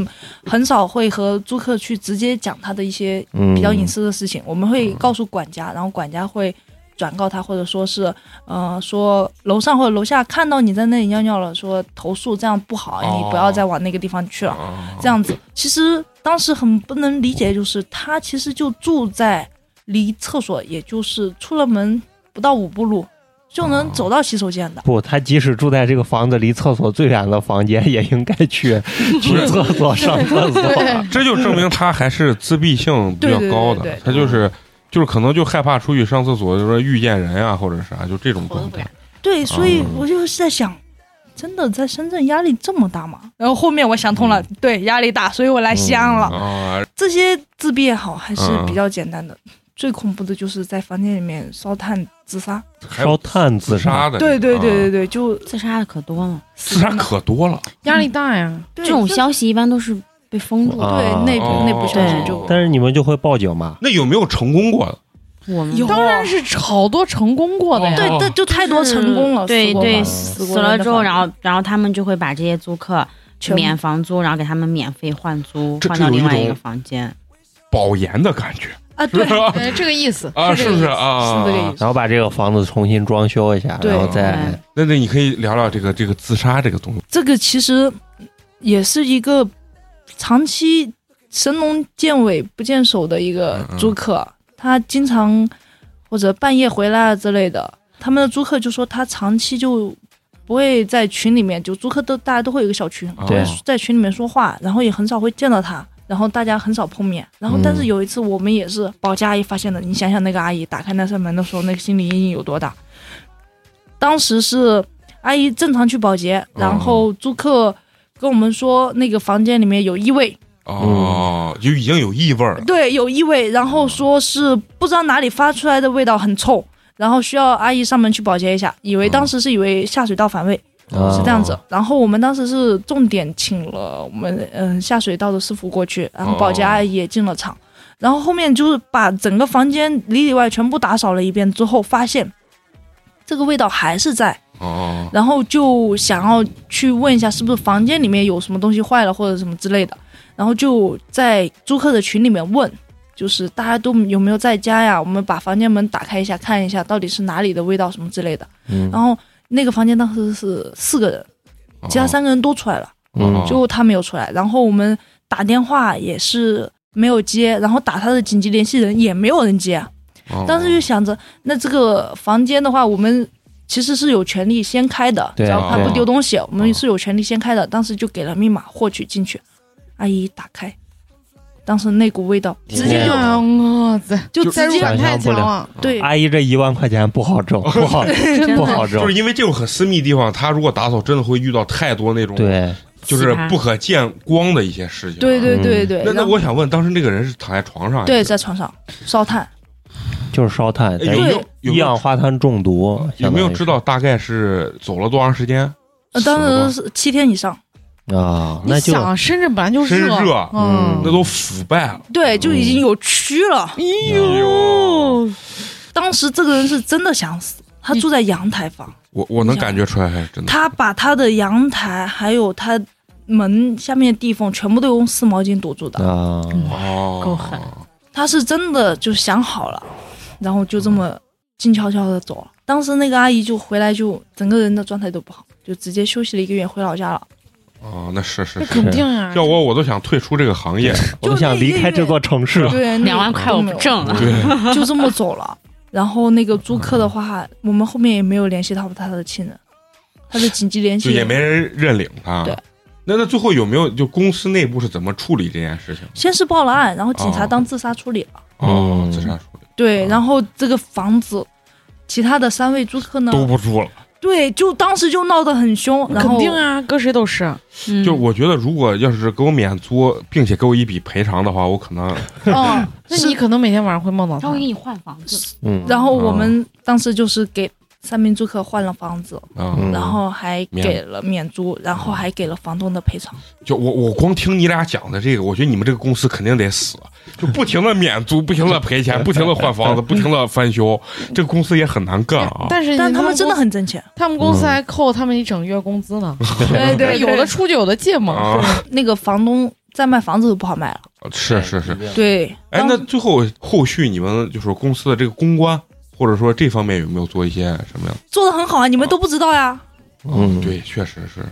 很少会和租客去直接讲他的一些嗯比较隐私的事情，我们会嗯告诉管家，然后管家会转告他，或者说是呃说楼上或者楼下看到你在那里尿尿了，说投诉这样不好，哎哦你不要再往那个地方去了。啊这样子，其实当时很不能理解，就是他其实就住在离厕所，也就是出了门不到五步路就能走到洗手间的。不，他即使住在这个房子离厕所最远的房间，也应该去去厕所上厕所。对，这就证明他还是自闭性比较高的，对对对对他就是就是可能就害怕出去上厕所，就是说遇见人啊或者啥，就这种状态。对，所以我就是在想，真的在深圳压力这么大吗？然后后面我想通了，对，压力大，所以我来西安了。嗯啊，这些自闭也好，还是比较简单的。最恐怖的就是在房间里面烧炭自杀，还有烧炭自自杀杀，的，对对对对啊，对，就自杀的可多了，自杀可多了。压力大呀。对这种就消息一般都是被封住的。啊对内部内部消对息就但是你们就会报警吧？哦那有没有成功过的？我们有当然是好多成功过的呀。哦对，这就太多成功了，对死过对，吧死过人了的之后，房然后然后他们就会把这些租客全部免房租，然后给他们免费换租，这换到这有一另外一种个房间。保研的感觉，啊，是 [LAUGHS] 对，吧？ [LAUGHS] 哎，这个意思啊，这是个不意是思啊？是这个意思。然后把这个房子重新装修一下，对然后再那那你可以聊聊这个这个自杀这个东西。这个其实也是一个长期神龙见尾不见首的一个租客，他经常或者半夜回来啊之类的，他们的租客就说他长期就不会在群里面，就租客都大家都会有一个小群，啊对在群里面说话，然后也很少会见到他。然后大家很少碰面，然后嗯但是有一次我们也是保洁阿姨发现的。你想想那个阿姨打开那扇门的时候，那个心理阴影有多大？当时是阿姨正常去保洁，然后租客跟我们说那个房间里面有异味，嗯哦，就已经有异味儿了。对，有异味，然后说是不知道哪里发出来的味道很臭，然后需要阿姨上门去保洁一下，以为当时是以为下水道反味，啊是这样子。然后我们当时是重点请了我们嗯下水道的师傅过去，然后保洁阿姨也进了场，然后后面就是把整个房间里里外全部打扫了一遍之后，发现这个味道还是在。哦，然后就想要去问一下是不是房间里面有什么东西坏了或者什么之类的，然后就在租客的群里面问，就是大家都有没有在家呀？我们把房间门打开一下，看一下到底是哪里的味道什么之类的。嗯然后那个房间当时是四个人，哦其他三个人都出来了，嗯哦就他没有出来。然后我们打电话也是没有接，然后打他的紧急联系人也没有人接啊、哦当时就想着，那这个房间的话，我们其实是有权利先开的，只对要他不对啊哦丢东西，我们是有权利先开的。当时就给了密码获取进去，阿姨打开，当时那股味道直接天就哪哎我操，就就代直入接感太想强象不了。对嗯阿姨这一万块钱不好挣，不好真的不好就挣是。因为这种很私密地方，他如果打扫，真的会遇到太多那种对，就是不可见光的一些事情。啊对对对嗯对，那那然后我想问，当时那个人是躺在床上还是？对在床上烧炭，就是烧炭，哎有没有有一没有氧化碳中毒，有没有相当于是知道大概是走了多长时间？呃死了多当时是七天以上，啊？你那就想深圳本来就深热，热嗯，那都腐败了。对，就已经有蛆了。哎呦，当时这个人是真的想死，他住在阳台房。我我能感觉出来，还是真的。他把他的阳台还有他门下面的地缝全部都用湿毛巾堵住嗯的。啊，哦，够狠他是真的就想好了，然后就这么静悄悄的走了。当时那个阿姨就回来，就整个人的状态都不好，就直接休息了一个月，回老家了。哦，那是是那是，肯定啊呀。要我我都想退出这个行业。我都想离开这座城市了。嗯对，那两万块我不挣了，对，就这么走了。然后那个租客的话，我们后面也没有联系到他的亲人，他的紧急联系就也没人认领他。对。那那最后有没有就公司内部是怎么处理这件事情？先是报了案，然后警察哦当自杀处理了。哦嗯，自杀处理对，哦然后这个房子，其他的三位租客呢，兜不住了。对，就当时就闹得很凶，然肯后定啊，搁谁都是。嗯就我觉得，如果要是给我免租，并且给我一笔赔偿的话，我可能嗯， [LAUGHS] 那是你可能每天晚上会梦到他他会。给你换房子，嗯，然后我们当时就是给三名租客换了房子，啊，嗯然后还免给了免租，然后还给了房东的赔偿。就我我光听你俩讲的这个，我觉得你们这个公司肯定得死，就不停的免租，不停的赔钱，不停的换房子，不停的翻修，这个公司也很难干啊。但是但他们真的很，很挣钱，他们公司嗯还扣他们一整月工资呢。 [LAUGHS] [LAUGHS] 对有的出就有的进嘛。啊，那个房东再卖房子都不好卖了。是是是，，对，哎，当那最后后续你们就是公司的这个公关，或者说这方面有没有做一些什么样？做的很好啊，你们都不知道呀。嗯，对，确实是是，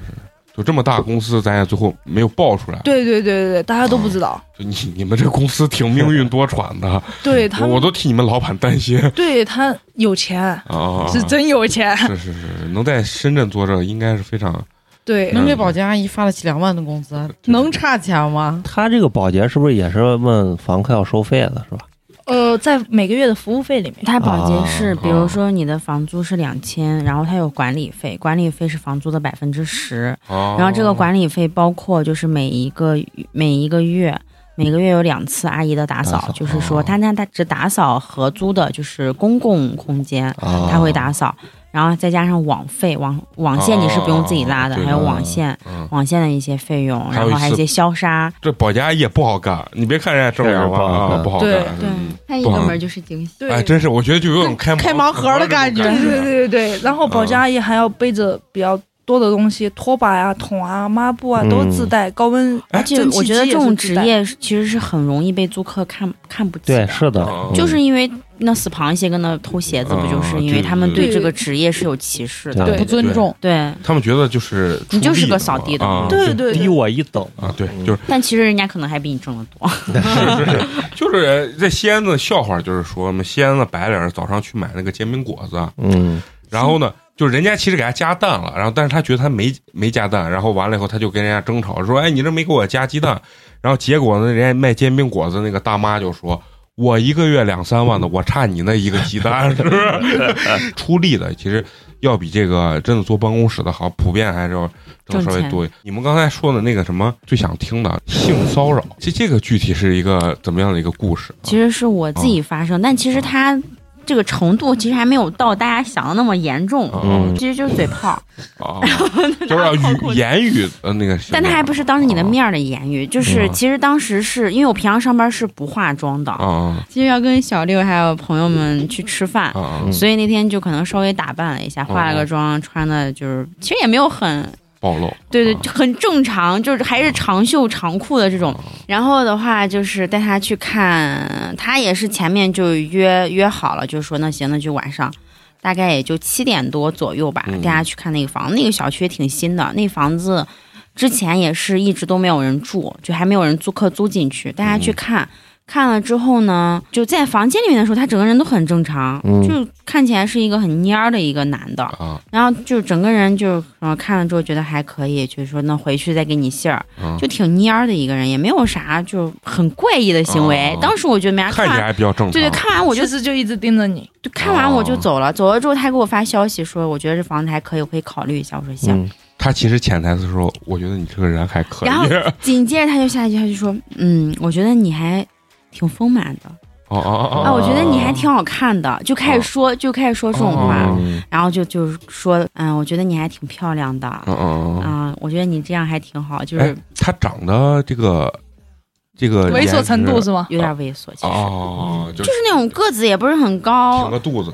就这么大公司，咱也最后没有爆出来。对对对对对，大家都不知道。就你你们这公司挺命运多舛的，对他我们我，都替你们老板担心对他有钱，啊。 [LAUGHS] 是真有钱。是是是，能在深圳做这个应该是非常对，能给保洁阿姨发得起两万的工资，能差钱吗？他这个保洁是不是也是问房客要收费的，是吧？呃，在每个月的服务费里面，它保洁是，啊比如说你的房租是两千，然后它有管理费，管理费是房租的百分之十，啊。然后这个管理费包括就是每一个每一个月。每个月有两次阿姨的打扫，打扫就是说哦她那她只打扫合租的，就是公共空间，哦啊，她会打扫，然后再加上网费，网网线你是不用自己拉的，哦对还有网线嗯，网线的一些费用，还有然一后还有一次些消杀，这保洁阿姨也不好干，你别看人家正脸吧，啊，不好对干。对嗯她一不个好门就是惊喜。对哎，真是，啊我觉得就有种开开盲盲盒的感觉这种对对对对对，然后保洁阿姨还要背着比较多的东西，拖把呀、桶啊、抹布啊嗯都自带，高温哎而且我觉得这种蒸职汽机也业是其实是很容易被租客看看不起对，的，是的，嗯嗯就是因为那死螃蟹跟那偷鞋子，不就是嗯因为他们对对这个职业是有歧视的？不对尊重，对，他们觉得就是你就是出力个扫地的啊对对低对，嗯我一等啊，对，就是 [LAUGHS] 但其实人家可能还比你挣得多。是是是，就是在西安的笑话就是说嘛，西安的白领儿早上去买那个煎饼果子，啊嗯，然后呢，就是人家其实给他加蛋了，然后但是他觉得他没没加蛋，然后完了以后他就跟人家争吵说，哎，你这没给我加鸡蛋，然后结果呢，人家卖煎饼果子那个大妈就说。我一个月两三万的，我差你那一个鸡蛋，是不是？出力的其实要比这个真的坐办公室的好，普遍还是要挣得稍微挣钱多一。你们刚才说的那个什么最想听的性骚扰，这这个具体是一个怎么样的一个故事？啊 [LAUGHS] 其实是我自己发生，但其实他这个程度其实还没有到大家想的那么严重。啊嗯其实就是嘴炮，啊， [LAUGHS] 就是要语言语的那个性骚扰，但他还不是当着你的面儿的言语，就是嗯其实当时是因为我平常上班是不化妆的，啊其实要跟小六还有朋友们去吃饭啊，啊！所以那天就可能稍微打扮了一下，化了个妆，穿的就是其实也没有很，暴露，对对啊，很正常，就是还是长袖长裤的这种。然后的话就是带他去看，他也是前面就约约好了，就说那行，那就晚上。大概也就七点多左右吧，嗯带他去看那个房子，那个小区也挺新的，那房子之前也是一直都没有人住，就还没有人租客租进去，带他去看。看了之后呢，就在房间里面的时候，他整个人都很正常，嗯就看起来是一个很蔫儿的一个男的，啊，然后就整个人就呃看了之后觉得还可以，就是说那回去再给你信儿，嗯就挺蔫儿的一个人，也没有啥就很怪异的行为。哦当时我觉得没啥看看起来完，还比较正常。啊哦对对，看完我我就就是就一直盯着你。就看完我就走了，走了之后他给我发消息说，我觉得这房子还可以，我可以考虑一下。我说行，嗯他其实潜台词说，我觉得你这个人还可以。然后紧接着他就下一句他就说，嗯，我觉得你还挺丰满的。哦哦哦啊，哦，我觉得你还挺好看的，就开始说，就开始说这种话，哦嗯然后就就是说，嗯，我觉得你还挺漂亮的，嗯嗯嗯，啊，我觉得你这样还挺好，就哎是，他长得这个这个猥琐颜程度值是吗？有点猥琐，其实。哦，就就是是那种个子也不是很挺高个，肚子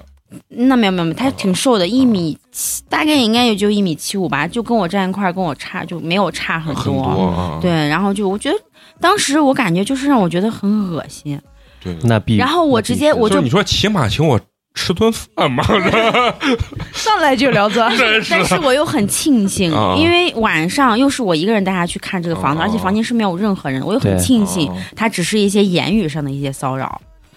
那没有没哦有，没有他挺瘦的，一米七，大概应该也就一米七五吧，就跟我站一块儿，跟我差就没有差很很多啊，对，然后就我觉得当时我感觉就是让我觉得很恶心，对对，那必然后我直接我就就是你说起码请我吃顿饭 [LAUGHS] 嘛， [LAUGHS] 上来就聊 [LAUGHS] 这，真是但是我又很庆 [LAUGHS] 幸啊，因为晚上又是我一个人带他去看这个房子，啊而且房间是没有任何人，我又很对庆幸啊他只是一些言语上的一些骚扰。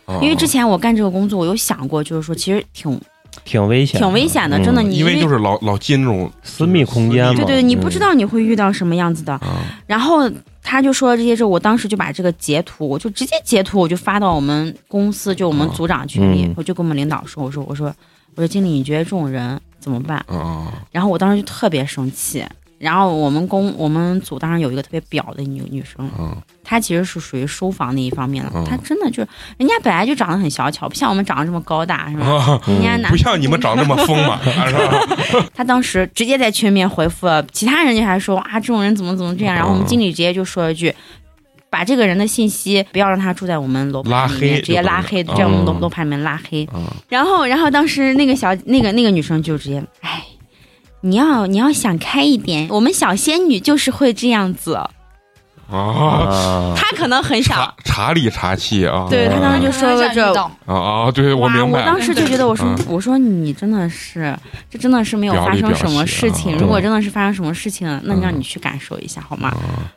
啊因为之前我干这个工作，我有想过，就是说其实挺挺危险的，挺危险的，嗯真的。你哦因为就是老老进这种私密空间嘛。对对，你不嗯知道你会遇到什么样子的。啊，然后他就说了这些之后，我当时就把这个截图，我就直接截图，我就发到我们公司就我们组长群里，嗯我就跟我们领导说，我说我说我说经理，你觉得这种人怎么办？啊然后我当时就特别生气。然后我们公我们组当时有一个特别表的女女生，啊她其实是属于收房那一方面的，嗯她真的就是人家本来就长得很小巧，不像我们长得这么高大，是吧？啊！嗯人家嗯男不像你们长那么丰 [LAUGHS] 满，是吧？他当时直接在群里面回复了，其他人就还说啊，这种人怎么怎么这样。然后我们经理直接就说了一句，把这个人的信息不要让他住在我们楼拉盘里黑面，直接拉黑，就在把人我们楼嗯楼盘里面拉黑。啊然后，然后当时那个小那个那个女生就直接，哎，你要你要想开一点，我们小仙女就是会这样子。啊！啊，嗯她可能很查想，查理查气啊！对她当时就嗯说 [LAUGHS] 了这样这遇。到啊啊！对，我哇！明我白当时就觉得，我说嗯，我说你真的是，这真的是没有表发里生表什么气事啊情。对如果真的是发生什么事情了，那你让嗯你去感受一下好吗？啊，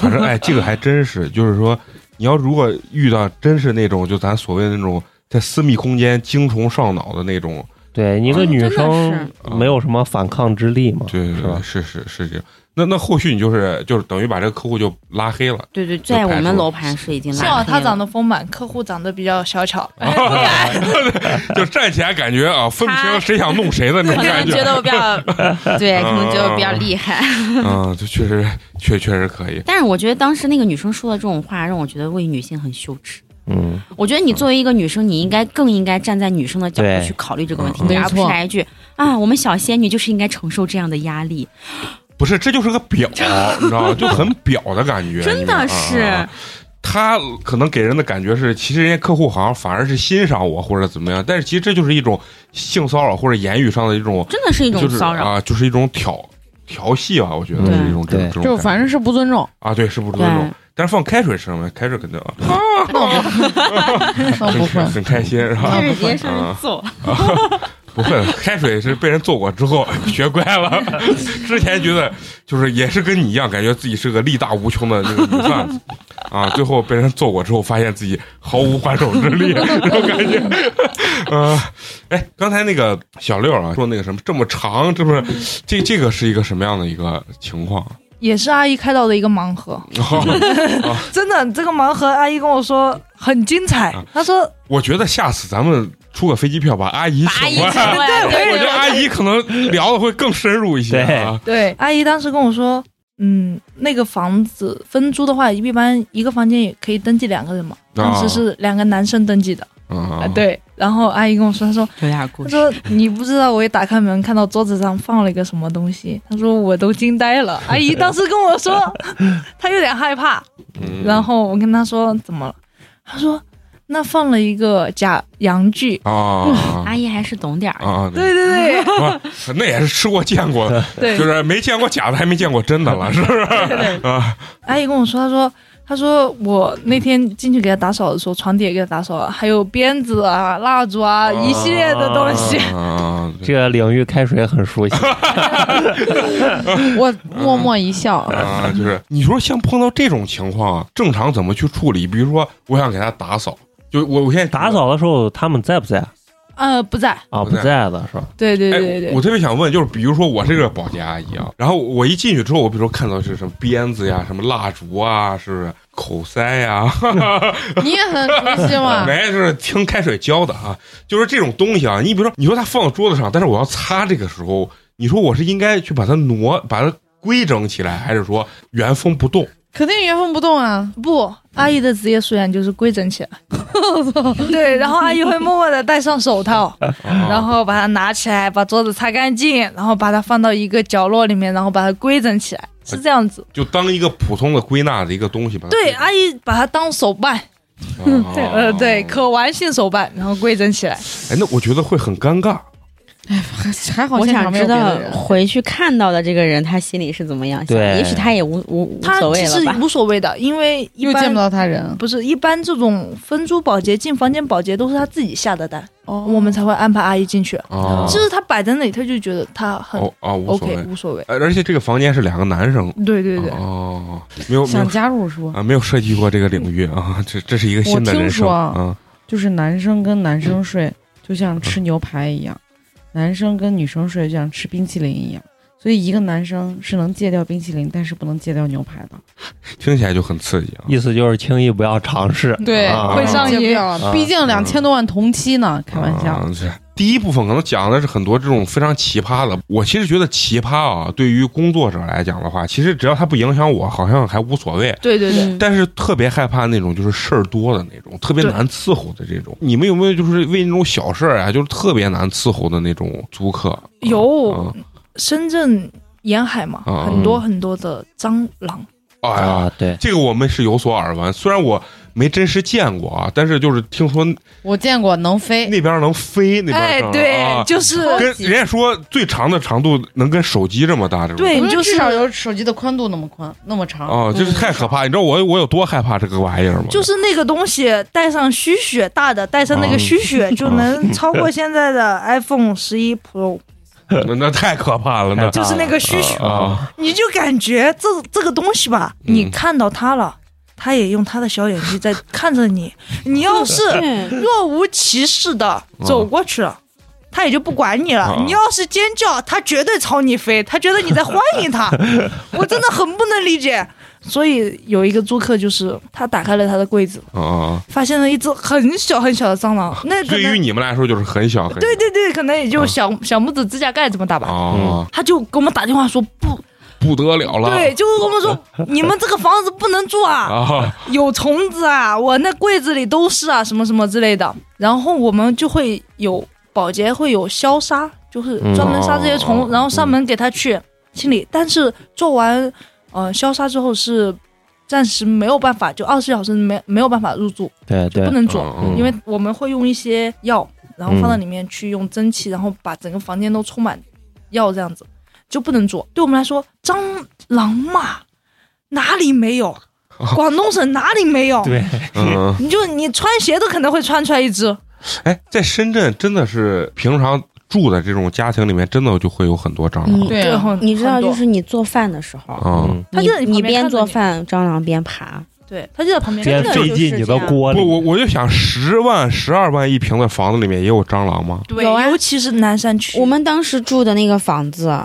反正哎，这个还真是，就是说，你要如果遇到真是那种，就咱所谓的那种在私密空间精虫上脑的那种，对，一个女哦真的生没有什么反抗之力嘛，对是对对，吧？是是是这样。那那后续你就是就是等于把这个客户就拉黑 [LAUGHS] 了，对对，就在我排们除楼盘是已经拉幸好黑他了长得丰满，客户长得比较小巧。哎 [LAUGHS] 就站起来感觉啊分不清他谁想弄谁的那可种能感觉得我 [LAUGHS] 比较， [LAUGHS] 对，可能觉得我比较厉害。嗯，就确实确确实可以， [LAUGHS] 但是我觉得当时那个女生说的这种话，让我觉得为女性很羞耻。嗯，我觉得你作为一个女生，你应该更应该站在女生的角对度去考虑这个问题嗯，嗯而不没是错来一句啊，我们小仙女就是应该承受这样的压力，不是这就是个 [LAUGHS] 表，你知道吗？就很表的感觉，真你们的是。啊啊啊他可能给人的感觉是，其实人家客户好像反而是欣赏我或者怎么样，但是其实这就是一种性骚扰或者言语上的一种，真的是一种就是骚扰。啊，就是一种挑调戏吧，我觉得对是一种这种对这种感觉，就反正是不尊重，啊，对，是不尊重对。但是放开水身上，开水肯定啊，那很哦不会。很开心，是吧？就是直接上啊去揍，不会，开水是被人揍过之后 [LAUGHS] 学乖了。之前觉得就是也是跟你一样，感觉自己是个力大无穷的那个女贩子 [LAUGHS] 啊，最后被人揍过之后，发现自己毫无还手之力， [LAUGHS] 这种感觉。呃，哎，刚才那个小六啊说那个什么这么长，这么这这个是一个什么样的一个情况？ [LAUGHS] 也是阿姨开到的一个盲盒，真的，这个盲盒阿姨跟我说很精彩啊，她说我觉得下次咱们出个飞机票把阿姨阿姨请出过来， [LAUGHS] 来了，我觉得阿姨可能聊的会更深入一些啊。对，阿姨当时跟我说，嗯，那个房子分租的话，一般一个房间也可以登记两个人嘛。当时是两个男生登记的，啊、啊，对。然后阿姨跟我说，她说，有点她故事。 [LAUGHS] 说你不知道，我一打开门看到桌子上放了一个什么东 [LAUGHS] 西，她说我都惊呆 [LAUGHS] 了。阿姨当时跟我说，她有点害怕，嗯然后我跟她说怎么了，她说那放了一个假洋具。啊啊阿姨还是懂点啊儿，啊，哎对对对不，那也是吃过见过的，[LAUGHS] 对，就是没见过假的，还没见过真的了，是不是？ [LAUGHS] 啊阿姨跟我说，她说，她说我那天进去给她打扫的时候，床底也给她打扫了，还有鞭子啊、蜡烛啊，一系列的 [LAUGHS] 东西。啊，这个领域开水很熟悉， [LAUGHS] 我默默一笑，啊，就是 [LAUGHS] 你说像碰到这种情况啊，正常怎么去处理？比如说，我想给他打扫，就我我现在打。扫的时候他们在不在呃，不在，啊？不在不在的是吧？对对哎对对，我特别想问，就是比如说我是个保洁阿姨啊，然后我一进去之后，我比如说看到是什么鞭子呀、什么蜡烛啊，是不是口塞呀、 [LAUGHS] 你也很熟悉嘛。没，就是听开水教的啊，就是这种东西啊。你比如说，你说它放到桌子上，但是我要擦这个时候，你说我是应该去把它挪，把它规整起来，还是说原封不动？肯定原封不动啊！不，阿姨的职业素养就是规整起来。 [LAUGHS] 对，然后阿姨会默默的戴上手套，然后把它拿起来，把桌子擦干净，然后把它放到一个角落里面，然后把它规整起来，是这样子。就当一个普通的归纳的一个东西吧。对，啊阿姨把它当手办，啊 [LAUGHS] 对，呃，对，可玩性手办，然后规整起来。哎，那我觉得会很尴尬。还好我现想场没有知别道的人。回去看到的这个人他心里是怎么样想，对也许他也无无无它所谓其了实吧。无所谓的，因为一又见般不到他人，啊不是一般这种分租保洁进房间保洁都是他自己下的单，我们才会安排阿姨进去。啊就是他摆在那里，他就觉得他很哦啊，无所 OK，谓。无所谓。呃而且这个房间是两个男生。对对对，哦，没有没有想加入是不？啊啊，没有涉及过这个领域啊，这这是一个新的我听人生说啊。就是男生跟男生睡就像吃牛排一样，男生跟女生睡就像吃冰淇淋一样。所以一个男生是能戒掉冰淇淋，但是不能戒掉牛排的。听起来就很刺激啊！意思就是轻易不要尝试。对啊会上戒不瘾掉了。毕竟两千多万同期呢，开玩笑。啊是第一部分可能讲的是很多这种非常奇葩的，我其实觉得奇葩啊，对于工作者来讲的话，其实只要它不影响我，好像还无所谓。对对对，嗯但是特别害怕那种就是事儿多的那种，特别对难伺候的这种。你们有没有就是为那种小事儿啊，就是特别难伺候的那种租客？有啊，深圳沿海嘛，啊很多很多的蟑螂，哎呀，啊，对，这个我们是有所耳闻，虽然我没真实见过啊，但是就是听说我见过能飞，那边能飞，那边哎上，对，啊就是跟人家说最长的长度能跟手机这么大，这种对，我你们就是至少有手机的宽度那么宽，那么长。啊，这是太可怕！你知道我我有多害怕这个玩意儿吗？就是那个东西，带上虚雪大的，带上那嗯个虚雪就能超过现在的 iPhone 十一 [LAUGHS] Pro，那那太可怕了，那太就是那个虚雪，啊，你就感觉这这个东西吧，嗯你看到它了，它也用它的小眼睛在看 [LAUGHS] 着你，你要是对若无其事的嗯走过去了。它也就不管你了啊。你要是尖叫，它绝对朝你飞，它觉得你在欢 [LAUGHS] 迎它。我真的很不能理解。所以有一个租客，就是他打开了他的柜子，啊啊！发现了一只很小很小的蟑 [LAUGHS] 螂，那可对于能你们来说就是很小很小对对对，可能也就啊小、小拇指指甲盖这么大吧。啊，他就给我们打电话说不不得了了，对，就是跟我们说你们这个房子不能住啊， [LAUGHS] 啊，有虫子啊，我那柜子里都是啊，什么什么之类的。然后我们就会有保洁会有消杀，就是专门杀这些虫，嗯然后上门给他去清理。但是做完呃消杀之后是暂时没有办法，就二十小时没没有办法入住，对对不，能住。嗯因为我们会用一些药，然后放到里面去用蒸汽，然后把整个房间都充满药，这样子就不能做。对我们来说，蟑螂嘛，哪里没有？广东省哪里没有？对，嗯。你就你穿鞋都可能会穿出来一只。哎，在深圳真的是平常住的这种家庭里面，真的就会有很多蟑螂。嗯 [LAUGHS] 对最啊，后你知道，很多就是你做饭的时候，啊，嗯它就在你你旁边边看着做你饭，蟑螂边爬，对，它就在旁边，别真的费就是进你的这样锅不，里。我我就想，十万、十二万一平的房子里面也有蟑螂吗？对有啊尤其是南山区，我们当时住的那个房子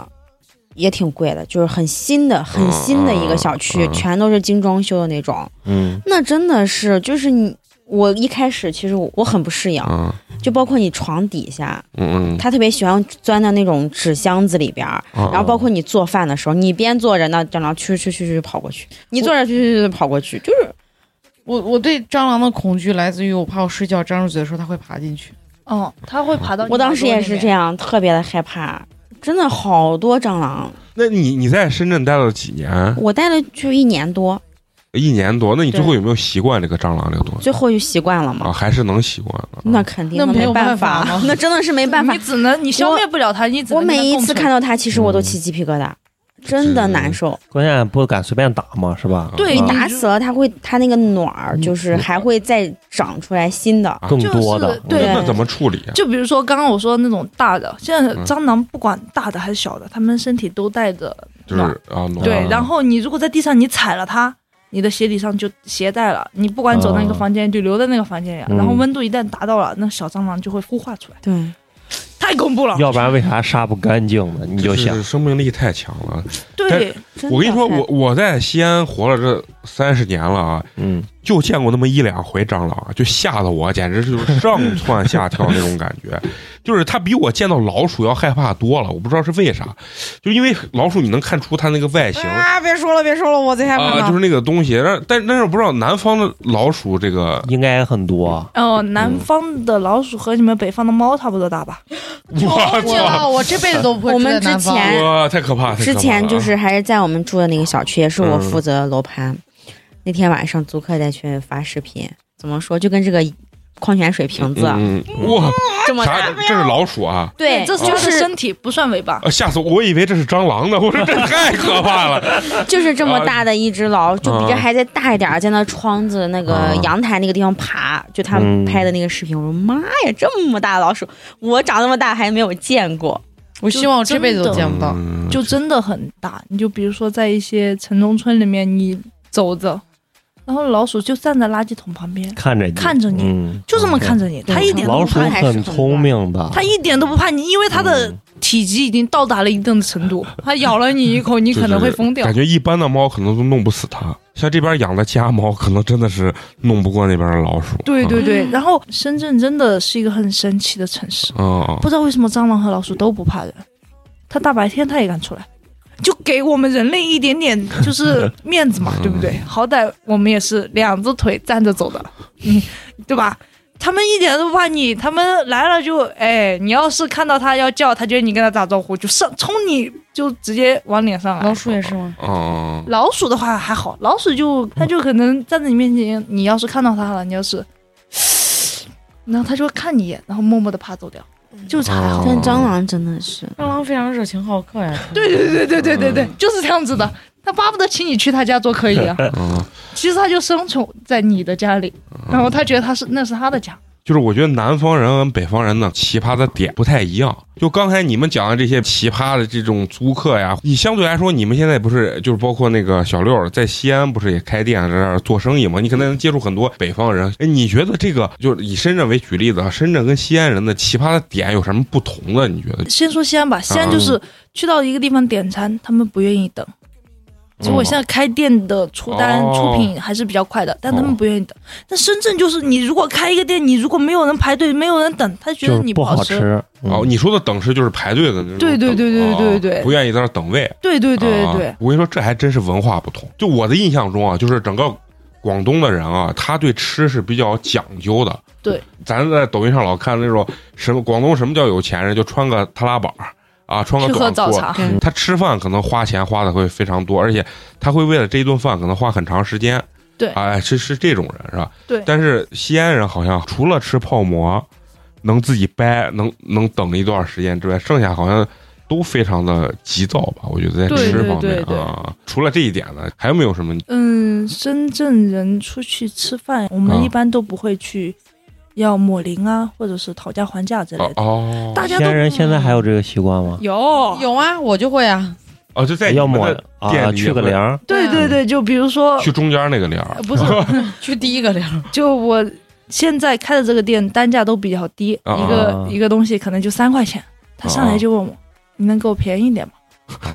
也挺贵的，就是很新的、很新的一个小区，嗯嗯全都是精装修的那种。嗯，那真的是，就是你我一开始其实我我很不适应，嗯就包括你床底下，嗯嗯，嗯他特别喜欢钻到那种纸箱子里边儿，然然后包括你做饭的时候，你边做着呢，蟑螂去去去去跑过去，你坐着去去去跑过去，就是我我对蟑螂的恐惧来自于我怕我睡觉张着嘴的时候它会爬进去。嗯，它会呃爬到。我当时也是这。样，特别的害怕。真的好多蟑螂，嗯那你你在深圳待了几年？我待了就一年多，一年多，那你最对后有没有习惯这个蟑螂这个东西？最后就习惯了嘛。啊，还是能习惯的。那肯定那没有办办法吗 [LAUGHS] 那真的是没办法你。只能你消灭不了它，你只能我每一次看到到它，其实嗯我都起鸡皮疙瘩，真的难受。关键不敢随便打嘛，是啊吧？对你嗯打死了它会，它那个卵儿嗯就是还会再长出来新啊的。更多的就是对那那怎么处理啊？就比如说刚刚我说那种大的，现在嗯蟑螂不管大的还是小的，它们身体都带着嗯就是啊，暖对啊，然后你如果在地上你踩了它，你的鞋底上就携带了，你不管走到那个房间就留在那个房间里，嗯然后温度一旦达到了，那小蟑螂就会孵化出来，对，太恐怖了。要不然为啥杀不干净呢？你就想是，生命力太强了。对，真的我跟你说，害我我在西安活了这三十年了啊，嗯，就见过那么一两回蟑螂，就吓得我简直就是上蹿下跳那种感觉， [LAUGHS] 就是它比我见到老鼠要害怕多了，我不知道是为啥，就因为老鼠你能看出它那个外形啊、啊！别说了，别说了，我最害怕了。就是那个东西，但但但是我不知道南方的老鼠这个，应该很多。呃，南方的老鼠和你们北方的猫差不多大吧？我 [LAUGHS] 我觉操，得我这辈子都不会我住们在南之方前哇，太可怕！太可怕了啊嗯之前就是还是在我们住的那个小区，也是我负责楼盘。那天晚上租客再去发视频，怎么说就跟这个矿泉水瓶子、嗯，嗯哇，这么啥大，？这是老鼠啊！对，哦这是它就的是身体，不算尾巴。嗯啊吓死我！我以为这是蟑螂呢，我说这太可怕了。就是这么大的一只老，就比这啊还再大一点儿，在那窗子那啊个阳台那个地方爬，就他们拍的那个视频，我说妈呀，这么大的老鼠，我长那么大还没有见过。我希望我这辈子都见不到。嗯就真的很大。你就比如说在一些城中村里面，你走着，然后老鼠就站在垃圾桶旁边，看着你，看着你嗯就这么看着你，它一点都老不鼠怕你，很聪明的，它一点都不怕你，因为它的嗯体积已经到达了一定的程 [LAUGHS] 度，它咬了你一口，你可能会疯掉感。觉一般的猫可能都弄不死它，像这边养的家猫，可能真的是弄不过那边的老鼠。对对嗯，对，然后深圳真的是一个很神奇的城市，嗯嗯不知道为什么蟑螂和老鼠都不怕人，它大白天它也敢出来，就给我们人类一点点就是面子嘛，对不对？好歹我们也是两只腿站着走的，嗯，对吧？他们一点都不怕你，他们来了就哎，你要是看到它要叫，它觉得你跟它打招呼，就上冲你就直接往脸上来。老鼠也是吗？嗯嗯，老鼠的话还好，老鼠就它就可能站在你面前，你要是看到它了，你要是，然后它就会看你一眼，然后默默的爬走掉，就是还好。但蟑螂真的是，蟑螂非常热情好客呀。对对对对对对对，就是这样子的。它巴不得请你去他家做客一样，嗯其实它就生存在你的家里，然后它觉得它是那是它的家。就是我觉得南方人跟北方人呢，奇葩的点不太一样。就刚才你们讲的这些奇葩的这种租客呀，你相对来说，你们现在不是就是包括那个小六在西安不是也开店在这儿做生意嘛？你可能能接触很多北方人。哎，你觉得这个就是以深圳为举例子，啊，深圳跟西安人的奇葩的点有什么不同的？你觉得？先说西安吧，西安就是去到一个地方点餐，他们不愿意等。嗯其实我现在开店的出单、哦出品还是比较快的，但他们不愿意等。但深圳就是你如果开一个店，你如果没有人排队，没有人等，他觉就得是你不好好吃。吃。嗯哦，你说的等是就是排队的那种等，对对对对对对哦不愿意在那儿等位。对对对对对啊，我跟你说，这还真是文化不同。就我的印象中啊，就是整个广东的人啊，他对吃是比较讲究的。对，咱在抖音上老看那种什么广东什么叫有钱人，就穿个踏拉板儿啊，穿个去喝短早裤。茶。嗯他吃饭可能花钱花的会非常多，而且他会为了这一顿饭可能花很长时间。对哎，是是这种人是吧？对但是西安人好像除了吃泡馍，能自己掰，能能等一段时间之外，剩下好像都非常的急躁吧？我觉得在对吃对方面对对啊，除了这一点呢，还有没有什么？嗯，深圳人出去吃饭，我们啊一般都不会去要抹零啊，或者是讨价还价之类哦的。哦呃大家西都安人现在还有这个习惯吗？有有啊，我就会啊。哦，就在要你们么的啊店里去个会零儿，对对对，就比如说去中间那个帘儿呃，[LAUGHS] 不是，去第一个零，就我现在开的这个店单价都比较低，啊一个啊一个东西可能就三块钱，他上来就问我。你能给我便宜点吗？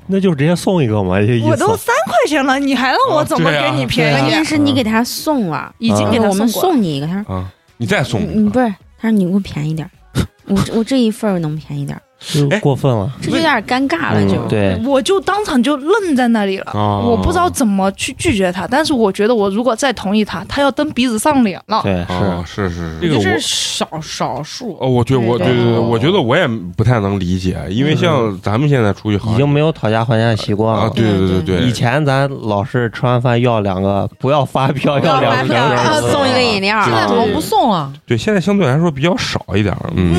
那就直接送一个嘛，这意思。我都三块钱了，你还让我怎么啊啊对啊给你便关宜键点？是你给他送了，已经给就他啊我们过了，送你一个，他说啊，你再送嗯，不是，他说你给我便宜点儿，我我这一份儿能便宜点儿，就哎过分了。这就有点尴尬了，就嗯，对，我就当场就愣在那里了，哦我不知道怎么去拒绝他。但是我觉得我如果再同意他，他要蹬鼻子上脸了。对哦是，是是是，这这个我是少少数。哦，我觉得我对对对对对，哦我觉得我也不太能理解，因为像咱们现在出去好已像经没有讨价还价的习惯啊，了。对对对对，以前咱老是吃完饭要两个，不要发票，要两发个票两然然后后送送一一个个饮饮料，现在怎么不送了？对现在相对来说比较少一点儿，嗯，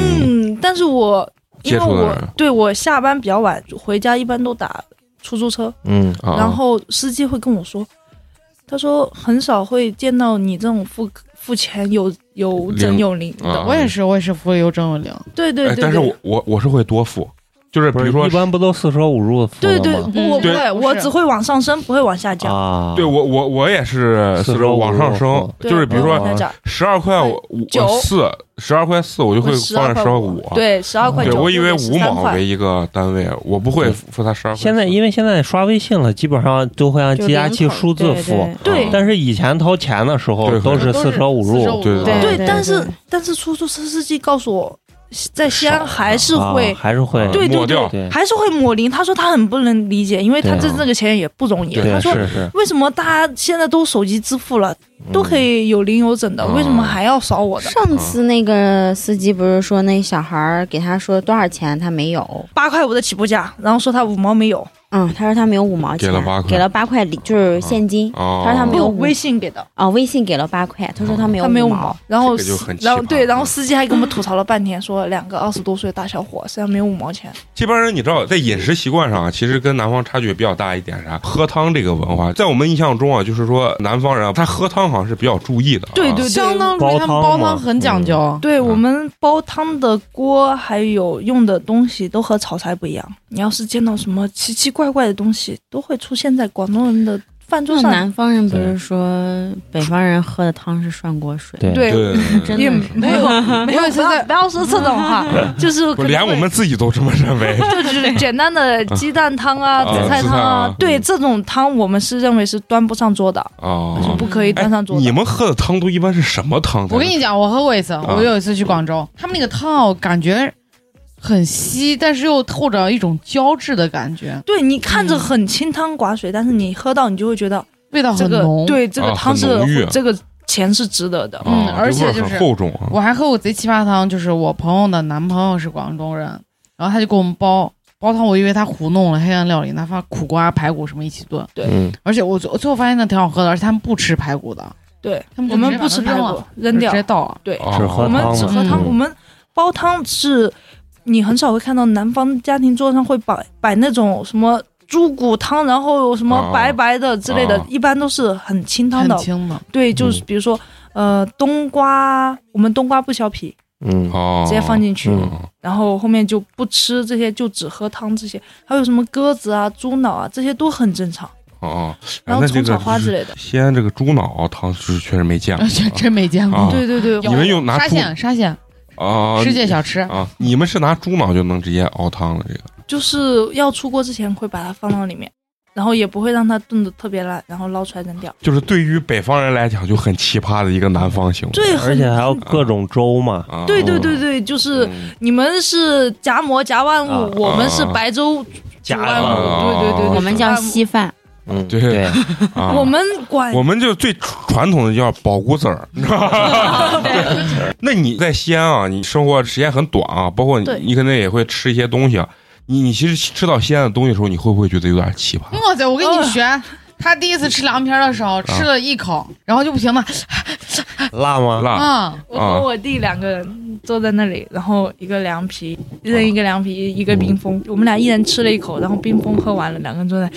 嗯，但是我因接为触的我人对我下班比较晚，回家一般都打出租车，嗯，啊然后司机会跟我说，他说很少会见到你这种付付钱有有整有零的。啊我也是，我也是福利有真有零。对对哎对，，对但是我我我是会多付，就是比不如是说一般不都四舍五入付对的对，吗？不我不对会，我只会往上升，不会往下哦降。啊，对我我我也是四四舍周五往上入升，对就是比如不会说往下降，十二块我九我四十二块四，我就会放在十二五，啊对，十二块对九，我以为五13毛块为一个单位，我不会对付他十二块四。现在因为现在刷微信了，基本上都会按就计价零器口数字对付，对啊但是以前掏钱的时候对都是都四是舍五入，啊对对对，对但是啊对但是出租车司机告诉我，在西安还是会啊、还是会啊对对抹掉对还是会抹零。他说他很不能理解，因为他对挣这个钱也不容易。对他对说是是为什么大家现在都手机支付了，都可以有零有整的，嗯为什么还要扫我的？上次那个司机不是说那小孩儿给他说多少钱，他没有。八块五的起步价，然后说他五毛没有，嗯，他说他没有五毛钱，给了八块给了八块零，就是现金。哦，他说他没没有有五微信给的，哦啊，微信给了八块，他说他没有他没有五五毛毛。。然后这个就很奇葩然后对，然后司机还给我们吐槽了半天，说两个二十多岁的大小伙身上没有五毛钱。这帮人你知道，在饮食习惯上啊，其实跟南方差距比较大一点啥？喝汤这个文化，在我们印象中啊，就是说南方人啊，他喝汤好像是比较注意的啊、对对相当注意，他们煲汤很讲究。对嗯我们煲汤的锅还有用的东西都和炒菜不一样。你要是见到什么奇奇怪怪的东西，都会出现在广东人的饭桌那上南方人不对是说北方人喝的汤是涮锅水？对对对，真也的是没有没有，现不要在不要说这 [LAUGHS] 种话，就是可不能连我会们自己都这么认为。就就是简单的鸡蛋汤啊、啊紫菜汤紫菜啊啊，对这种汤我们是认为是端不上桌的，是哦不，可以端上桌你的。们喝的汤都一般是什么汤？我跟你讲，我喝过一次，啊我有一次去广州，他们那个汤啊，我感觉很稀，但是又透着一种胶质的感觉，对你看嗯着很清汤寡水，但是你喝到你就会觉得味道这哦很个浓。，对这个啊汤是很浓郁这个钱是值得的。啊嗯而且这味儿就很是厚重啊。我还喝过贼奇葩汤，就是我朋友的男朋友是广州人，然后他就给我们煲煲汤，我以为他糊弄了黑暗料理，他放苦瓜、排骨什么一起炖，嗯，而且我最我最后发现那挺好喝的，而且他们不吃排骨的，对他们我们不吃吃排骨，扔掉直接。倒了。对，啊只喝我们汤只嘛喝汤，嗯我们煲汤是，你很少会看到南方家庭桌上会摆摆那种什么猪骨汤，然后什么哦啊白白的之类的啊，一般都是很清汤很的。轻的， [LAUGHS] 对，嗯就是比如说，呃，冬瓜，我们冬瓜不削皮，嗯，哦，直接放进去，嗯然后后面就不吃这些，就只喝汤这些，还有什么鸽子啊、猪脑啊，这些都很正常。哦哦，哎然后那这虫个草花就之是类的，西安这个猪脑啊汤是确实没见过啊真没见过。哦啊对对对，你们用拿沙猪县，沙县，啊？世界小吃，啊，你们是拿猪脑就能直接熬汤的这个就是要出锅之前会把它放到里面，然后也不会让它炖的特别烂，然后捞出来扔掉。就是对于北方人来讲就很奇葩的一个南方行为。对，而很且还有各种粥嘛，啊，对对对对，就是嗯你们是夹馍夹万物，啊我们是白粥加万物，啊对对对，我们叫稀饭，嗯，对对，啊，我们管我们就最传统的叫保谷子儿，你知道吧？对。那你在西安啊，你生活时间很短啊，包括你对你可能也会吃一些东西啊。你你其实吃到西安的东西的时候，你会不会觉得有点奇葩？哇塞！嗯我跟你学，嗯他第一次吃凉皮儿的时嗯候吃了一口，然后就不停的，辣吗？辣啊，我啊和我弟两个人坐在那里，然后一个凉皮，一人一个凉皮，一个冰峰，我们俩一人吃了一口，然后冰峰喝完了，两个人坐在。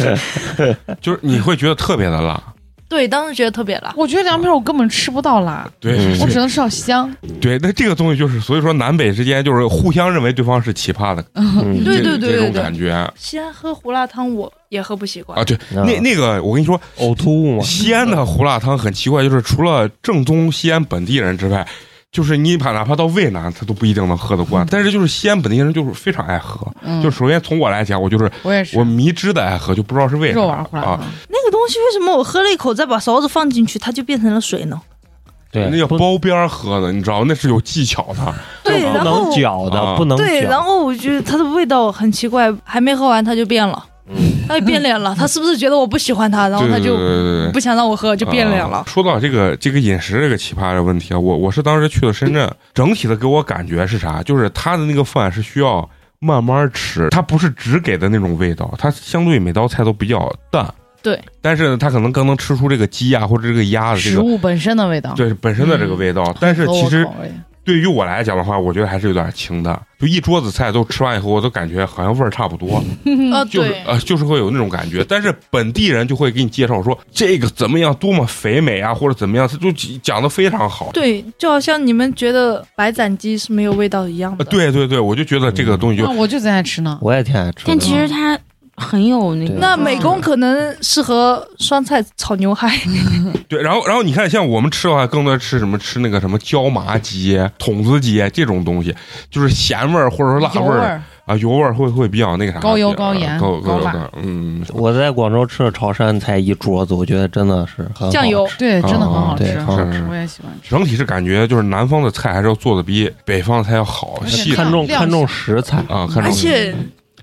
嗯就是你会觉得特别的辣。对，当时觉得特别辣。我觉得凉皮儿我根本吃不到辣，对嗯我只能吃到香。对，那这个东西就是，所以说南北之间就是互相认为对方是奇葩的，嗯对这对对这种对感觉啊，西安喝胡辣汤我也喝不习惯，对，啊嗯那那个我跟你说，呕吐物嘛，西安的胡辣汤很奇怪，就是除了正宗西安本地人之外，就是你把哪怕到渭南，他都不一定能喝得惯。但是就是西安本地人就是非常爱喝。嗯，就首先从我来讲，我就是我也是我迷之的爱喝，就不知道是为啥肉丸胡辣啊。汤，那个东西为什么我喝了一口，再把勺子放进去，它就变成了水呢？对，那叫不包边儿喝的，你知道吗那是有技巧 [LAUGHS] 的。对，不然能后搅啊的，不能对，然搅，后我觉得它的味道很奇怪，还没喝完它就变了，它就变脸了。它是不是觉得我不喜欢它，然后对它对对就对对，不想让我喝，就变脸了啊？说到这个这个饮食这个奇葩的问题啊，我我是当时去了深圳，整体的给我感觉是啥？就是他的那个饭是需要慢慢吃，它不是只给的那种味道，它相对每道菜都比较淡。对，但是呢，它可能更能吃出这个鸡啊或者这个鸭的这食个。物本身的味道。对本身的这个味道，嗯但是合我其实口味对于我来讲的话，我觉得还是有点清淡。就一桌子菜都吃完以后，我都感觉好像味儿差不多。啊，就是对，呃，就是会有那种感觉。但是本地人就会给你介绍说这个怎么样，多么肥美啊，或者怎么样，他就讲的非常好。对，就好像你们觉得白斩鸡是没有味道一样呃的。对对对，我就觉得这个东西就那啊我就在那吃呢。我也挺爱吃的。但其实它很有那个。那美嗯工可能适合酸菜炒牛排，对。然后然后你看，像我们吃的话，更多吃什么吃那个什么椒麻鸡、筒子鸡这种东西，就是咸味儿或者说辣油味儿儿，啊，油味儿会会比较那个啥，高油呃高盐高高高油辣高嗯。我在广州吃的潮汕菜一桌子，我觉得真的是很好酱油吃对，真的很好对吃，啊很好好吃吃，我也喜欢吃。整体是感觉就是南方的菜还是要做的比北方的菜要好而且细致看重量看重食材，啊，看而重。且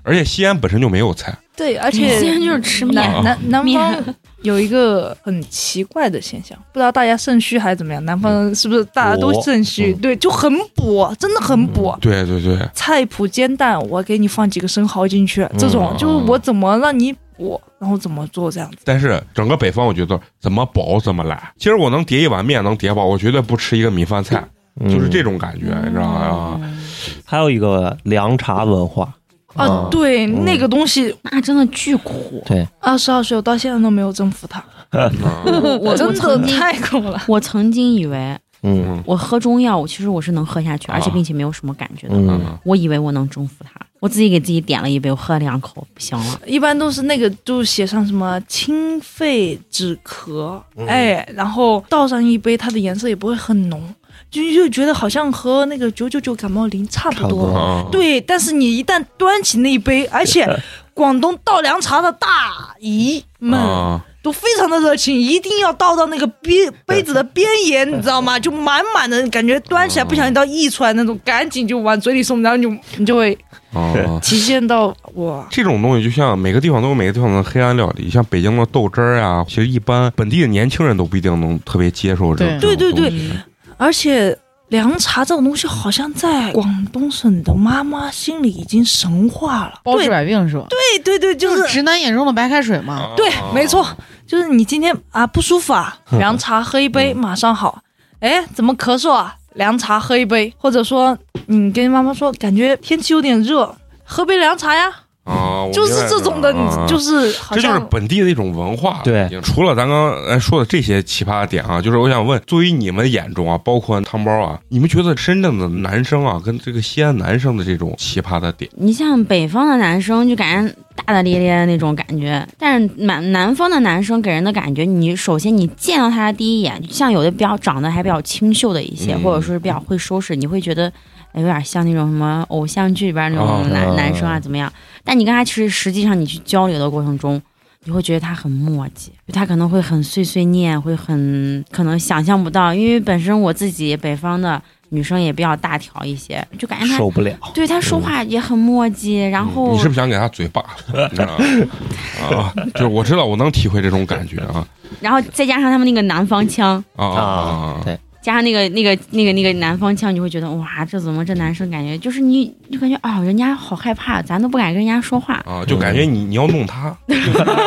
而且西安本身就没有菜，对，而西安且就是吃面，南啊南南面方有一个很奇怪的现象，不知道大家肾虚还是怎么样，南嗯方是不是大家都补肾虚？嗯对，就很补，真的很补。对对对，菜谱煎蛋，我给你放几个生蚝进去，这种嗯就是我怎么让你补，然后怎么做这样子。但是整个北方，我觉得怎么饱怎么来。其实我能叠一碗面，能叠饱，我绝对不吃一个米饭菜，就是这种。种感觉，你知道吗？啊还有一个凉茶文化，啊，对，嗯那个东西那真的巨苦。对，二十二岁，我到现在都没有征服它，啊我我真曾的 [LAUGHS] 经太苦了。我曾经以为嗯我喝中药，我其实我是能喝下去，啊而且并且没有什么感觉的。嗯嗯我以为我能征服它，我我自己给自己点了一杯，我喝了两口，不行了。一般都是那个，就写上什么清肺止咳，哎，然后倒上一杯，它的颜色也不会很浓，就就觉得好像和那个九九九感冒灵差不差不多。多啊，对，但是你一旦端起那一杯，而且广东倒凉茶的大姨们、啊，都非常的热情，一定要倒到那个杯杯子的边沿，你知道吗？就满满的感觉，端起来不小心到溢出来那种，赶紧就往嘴里送，然后你就你就会啊体现到我这种东西就像每个地方都有每个地方的黑暗料理，像北京的豆汁儿啊，其实一般本地的年轻人都不一定能特别接受这种。对对这对种东西而且凉茶这种东西，好像在广东省的妈妈心里已经神话了。包对治百病是吧？对对对，就就是是直男眼中的白开水啊嘛。哦对，没错，就是你今天啊不舒服啊，嗯凉茶喝一杯马上好。哎，怎么咳嗽啊？凉茶喝一杯，或者说你跟妈妈说，感觉天气有点热，喝杯凉茶呀，啊，我就是这种的，明白了啊你就是好这就是像本地的一种文化。对，除了咱刚才说的这些奇葩的点啊，就是我想问，作为你们眼中啊，包括汤包啊，你们觉得深圳的男生啊，跟这个西安男生的这种奇葩的点，你像北方的男生，就感觉大大咧咧的那种感觉，但是南南方的男生给人的感觉，你首先你见到他的第一眼，像有的比较长得还比较清秀的一些，嗯或者说是比较会收拾，你会觉得哎有点像那种什么偶像剧里边那啊种男、男生啊怎么样？但你跟他其实实际上你去交流的过程中。你会觉得他很墨迹，就他可能会很碎碎念，会很可能想象不到，因为本身我自己北方的女生也比较大条一些，就嗯感觉他受不了。对他说话也很墨迹，然后你是不是想给他嘴巴？你知道吗？啊，就是我知道，我能体会这种感觉啊然后再加上他们那个南方腔，啊啊啊！对，加上那个那个那个那个南方腔，你会觉得哇，这怎么这男生感觉就是你就感觉啊、人家好害怕，咱都不敢跟人家说话。啊，就感觉你你要弄他， [LAUGHS]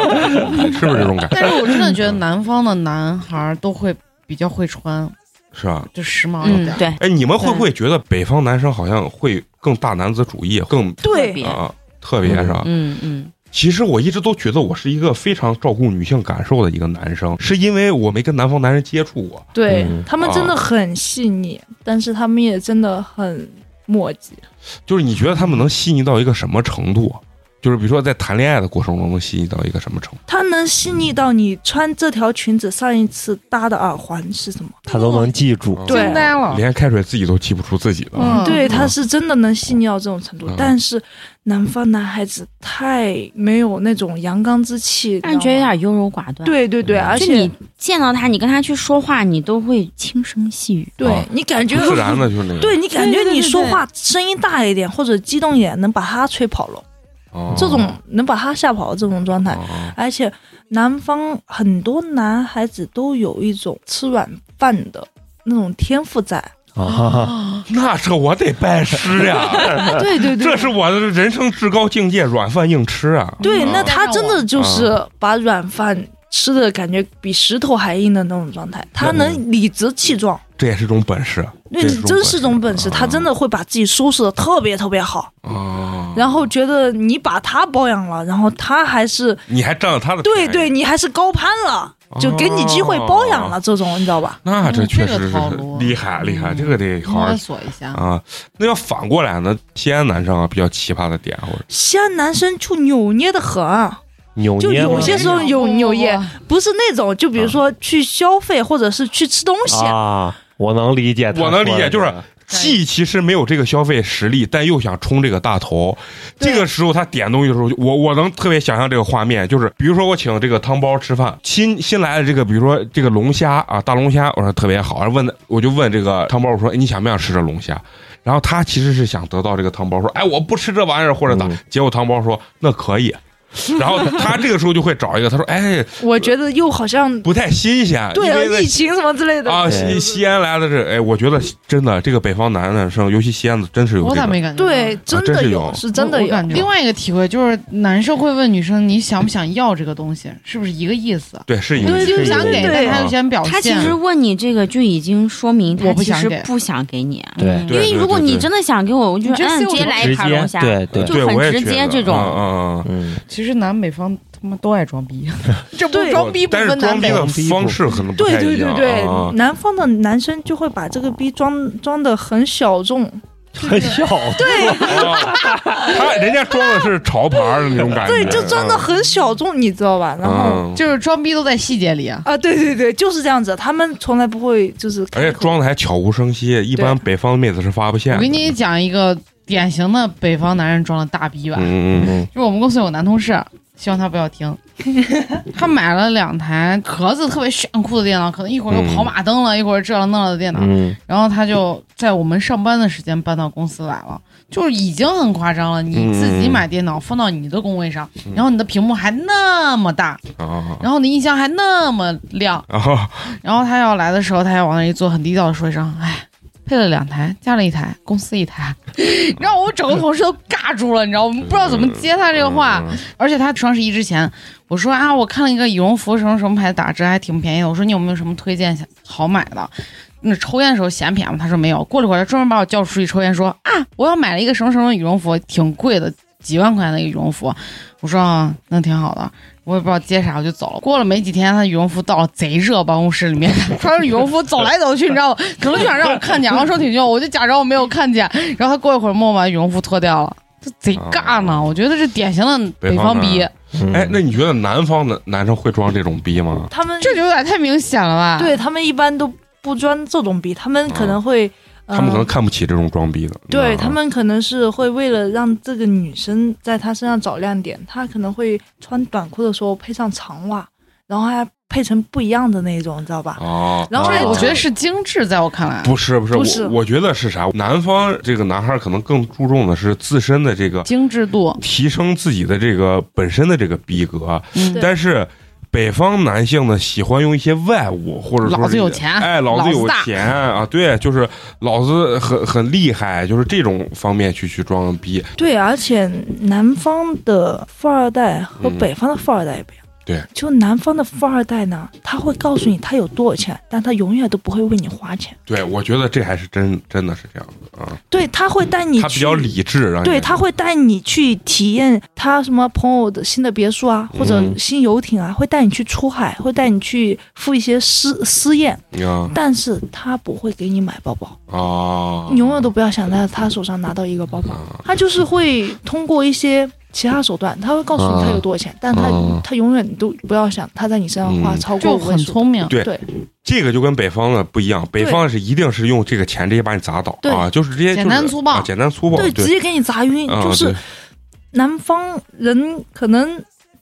是不是这种感觉？但是我真的觉得南方的男孩儿都会比较会穿，是吧？就时髦一嗯点，。对，哎，你们会不会觉得北方男生好像会更大男子主义，更特对别啊特别是吧？嗯嗯，其实我一直都觉得我是一个非常照顾女性感受的一个男生，是因为我没跟南方男人接触过。对嗯，他们真的很细腻，但是他们也真的很墨迹。就是你觉得他们能细腻到一个什么程度？就是比如说在谈恋爱的过程中能细腻到一个什么程度？他能细腻到你穿这条裙子上一次搭的耳环是什么？他都能记住。对惊呆了。连开水自己都记不出自己的。嗯，对，他是真的能细腻到这种程度，嗯但是南方男孩子太没有那种阳刚之气，让人觉得有你知道吗点优柔寡断。，对对嗯对，而就且你见到他，你跟他去说话，你都会轻声细语。对、啊你感觉自然的就是那个， [LAUGHS] 对你感觉对对你对说对话声音大一点或者激动一点，能把他吹跑了，哦这种能把他吓跑的这种状态。哦而且南方很多男孩子都有一种吃软饭的那种天赋在，嗯啊，那这我得拜师呀，对对这是我的人生至高境界，软饭硬吃啊。对，嗯那他真的就是把软饭吃的感觉比石头还硬的那种状态，他能理直气壮。这也是种本事。对你真是种本事，他真的会把自己收拾的特别特别好，啊，然后觉得你把他包养了，然后他还是你还占了他的对便宜对，你还是高攀了，就给你机会包养了，这种，你知道吧？那这嗯确这个实是套路厉害厉害，嗯这个得好好摸索一下。啊。那要反过来呢？西安男生啊，比较奇葩的点，或者西安男生就扭捏的很，啊扭就捏有吗些时候有扭捏，哦不是那种，就比如说去消费或者是去吃东西，啊，我能理解他说我的，能理解就是既其实没有这个消费实力，但又想冲这个大头。对这个时候他点东西的时候，我我能特别想象这个画面，就是比如说我请这个汤包吃饭，新新来的这个，比如说这个龙虾啊，大龙虾，我说特别好，然后问的我就问这个汤包，我说哎你想不想吃这龙虾？然后他其实是想得到这个汤包说，哎我不吃这玩意儿或者咋，嗯结果汤包说那可以。然后他这个时候就会找一个，他说：“哎，我觉得又好像不太新鲜，因为在对疫情什么之类的啊，对西西安来的这，哎，我觉得真的这个北方男的生，尤其西安的，真是有我这咋个。没感觉到？嗯对，真啊真的是有有，是真的我我有。感觉另外一个体会就是，男生会问女生你想不想要这个东西，是不是一个意思？啊对，是有我这就个是想给，对但他又先表现。他其实问你这个，就已经说明他我不其想实给不想给你。啊对嗯因为如果你真的想给我，我就你直接嗯，直接我来一直盘龙接虾。对对，对，就很我也直接觉得这种嗯嗯嗯。嗯，其实南北方他妈都爱装逼，啊这不对装逼不但是分装南逼北。的方式可能不对太对一对样 [LAUGHS] 对啊， [LAUGHS] 南方的男生就会把这个逼装装的很小众，很小，啊他人家装的是潮牌儿的那种感觉，啊对，就装的很小众，你知道吧？然后嗯，嗯就是装逼都在细节里啊。啊，对对对，就是这样子，他们从来不会就是开而口，且装的还悄无声息，一般北方妹子是发不现的。我给你讲一个典型的北方男人装的大逼吧，嗯，嗯嗯就是我们公司有个男同事，希望他不要 [LAUGHS] 听，他买了两台壳子特别炫酷的电脑，可能一会儿嗯又跑马灯了，一会儿这了那了的电脑，嗯，然后他就在我们上班的时间搬到公司来了，就是已经很夸张了。你自己买电脑放到你的工位上，然后你的屏幕还那么大，嗯啊然后你音箱还那么亮，啊啊！然后他要来的时候，他还往那一坐，很低调的说一声：“哎，配了两台，加了一台，公司一台。” [LAUGHS] 然后我们整个同事都尬住了，你知道，我们不知道怎么接他这个话。啊而且他双十一之前，我说啊，我看了一个羽绒服，什么什么牌子打折，还挺便宜的。我说你有没有什么推荐好买的？那抽烟的时候嫌便宜吗？他说没有。过了一会儿，他专门把我叫出去抽烟，说啊，我要买了一个什么什么羽绒服，挺贵的，几万块钱的一个羽绒服。我说啊，那挺好的。我也不知道接啥，我就走了。过了没几天，他羽绒服到了，贼热，办公室里面 [LAUGHS] 穿着羽绒服走来走去，你知道吗？可能就想让我看见，然后说挺热，我就假装我没有看见。然后他过一会儿默默把羽绒服脱掉了，这贼尬呢。我觉得这典型的北方北方逼男，嗯哎，那你觉得南方的男生会装这种逼吗？他们这就有点太明显了吧？对他们一般都不装这种逼，他们可能会，呃嗯他们可能看不起这种装逼的。对嗯他们可能是会为了让这个女生在她身上找亮点，她可能会穿短裤的时候配上长袜，然后还配成不一样的那种，你知道吧？哦，然后哦我觉得是精致，在我看来，不是不是，不是我我觉得是啥？南方这个男孩可能更注重的是自身的这个精致度，提升自己的这个本身的这个逼格，嗯对，但是。北方男性呢，喜欢用一些外物，或者说是老子有钱哎，老老子子有大钱啊，对，就是老子很很厉害，就是这种方面去去装逼，对，而且南方的富二代和嗯北方的富二代也不一样。对，就南方的富二代呢，他会告诉你他有多少钱，但他永远都不会为你花钱。对我觉得这还是真真的是这样的啊，对他会带你他比去较理智，让你对，他会带你去体验他什么朋友的新的别墅啊，或者嗯新游艇啊，会带你去出海，会带你去赴一些私私宴，啊但是他不会给你买包包，啊，你永远都不要想在他手上拿到一个包包，他就是会通过一些。其他手段，他会告诉你他有多少钱，但他啊他永远都不要想他在你身上花嗯超过就五位很数。聪明。对对这个就跟北方的不一样，北方是一定是用这个钱直接把你砸倒对啊，就是直接简就是单粗暴啊简单粗暴，对，对，直接给你砸晕，啊就是对南方人可能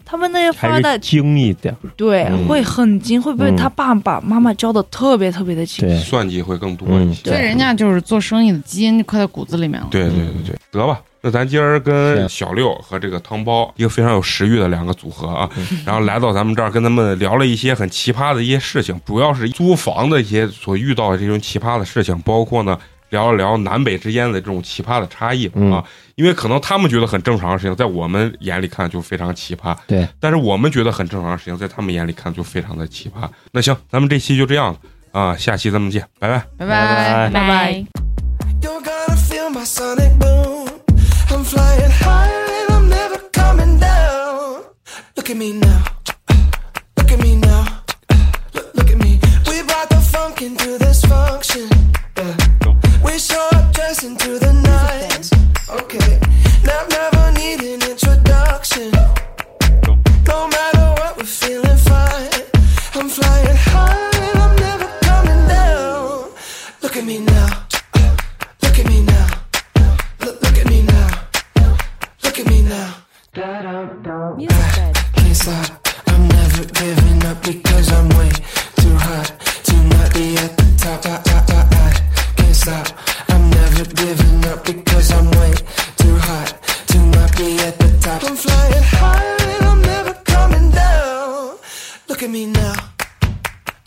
他们那些富还二代是精一点，对，嗯会很精，会被嗯他爸爸妈妈教的特别特别的精。对，算计会更多一嗯些。所以人家就是做生意的基因就刻在骨子里面了。对对对对，得吧。那咱今儿跟小六和这个汤包一个非常有食欲的两个组合啊，嗯然后来到咱们这儿跟他们聊了一些很奇葩的一些事情，主要是租房的一些所遇到的这种奇葩的事情，包括呢聊一聊南北之间的这种奇葩的差异嗯啊，因为可能他们觉得很正常的事情，在我们眼里看就非常奇葩，对，但是我们觉得很正常的事情，在他们眼里看就非常的奇葩。那行，咱们这期就这样了啊，下期咱们见，拜拜。拜拜拜拜拜。 You're gonna feel my sonic boom. I'm flying higher and I'm never coming down. Look at me now. Look at me now. Look, look at me. We brought the funk into this function. Yeah. We show up dressing to the nines. Okay. Now never need an introduction. No matter what, we're feeling fine. I'm flying high and I'm never coming down. Look at me now. Look at me now. Look, look at me now. Look at me now. I can't stop. I'm never giving up because I'm way too hot to not be at the top. I, I, I, I can't stop. I'm never giving up because I'm way too hot to not be at the top. I'm flying high and I'm never coming down. Look at me now.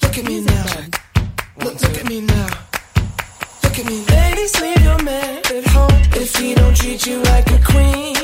Look at me now. Look, look at me now. Look at me, ladies, leave your man at home if he don't treat you like a queen. Oh,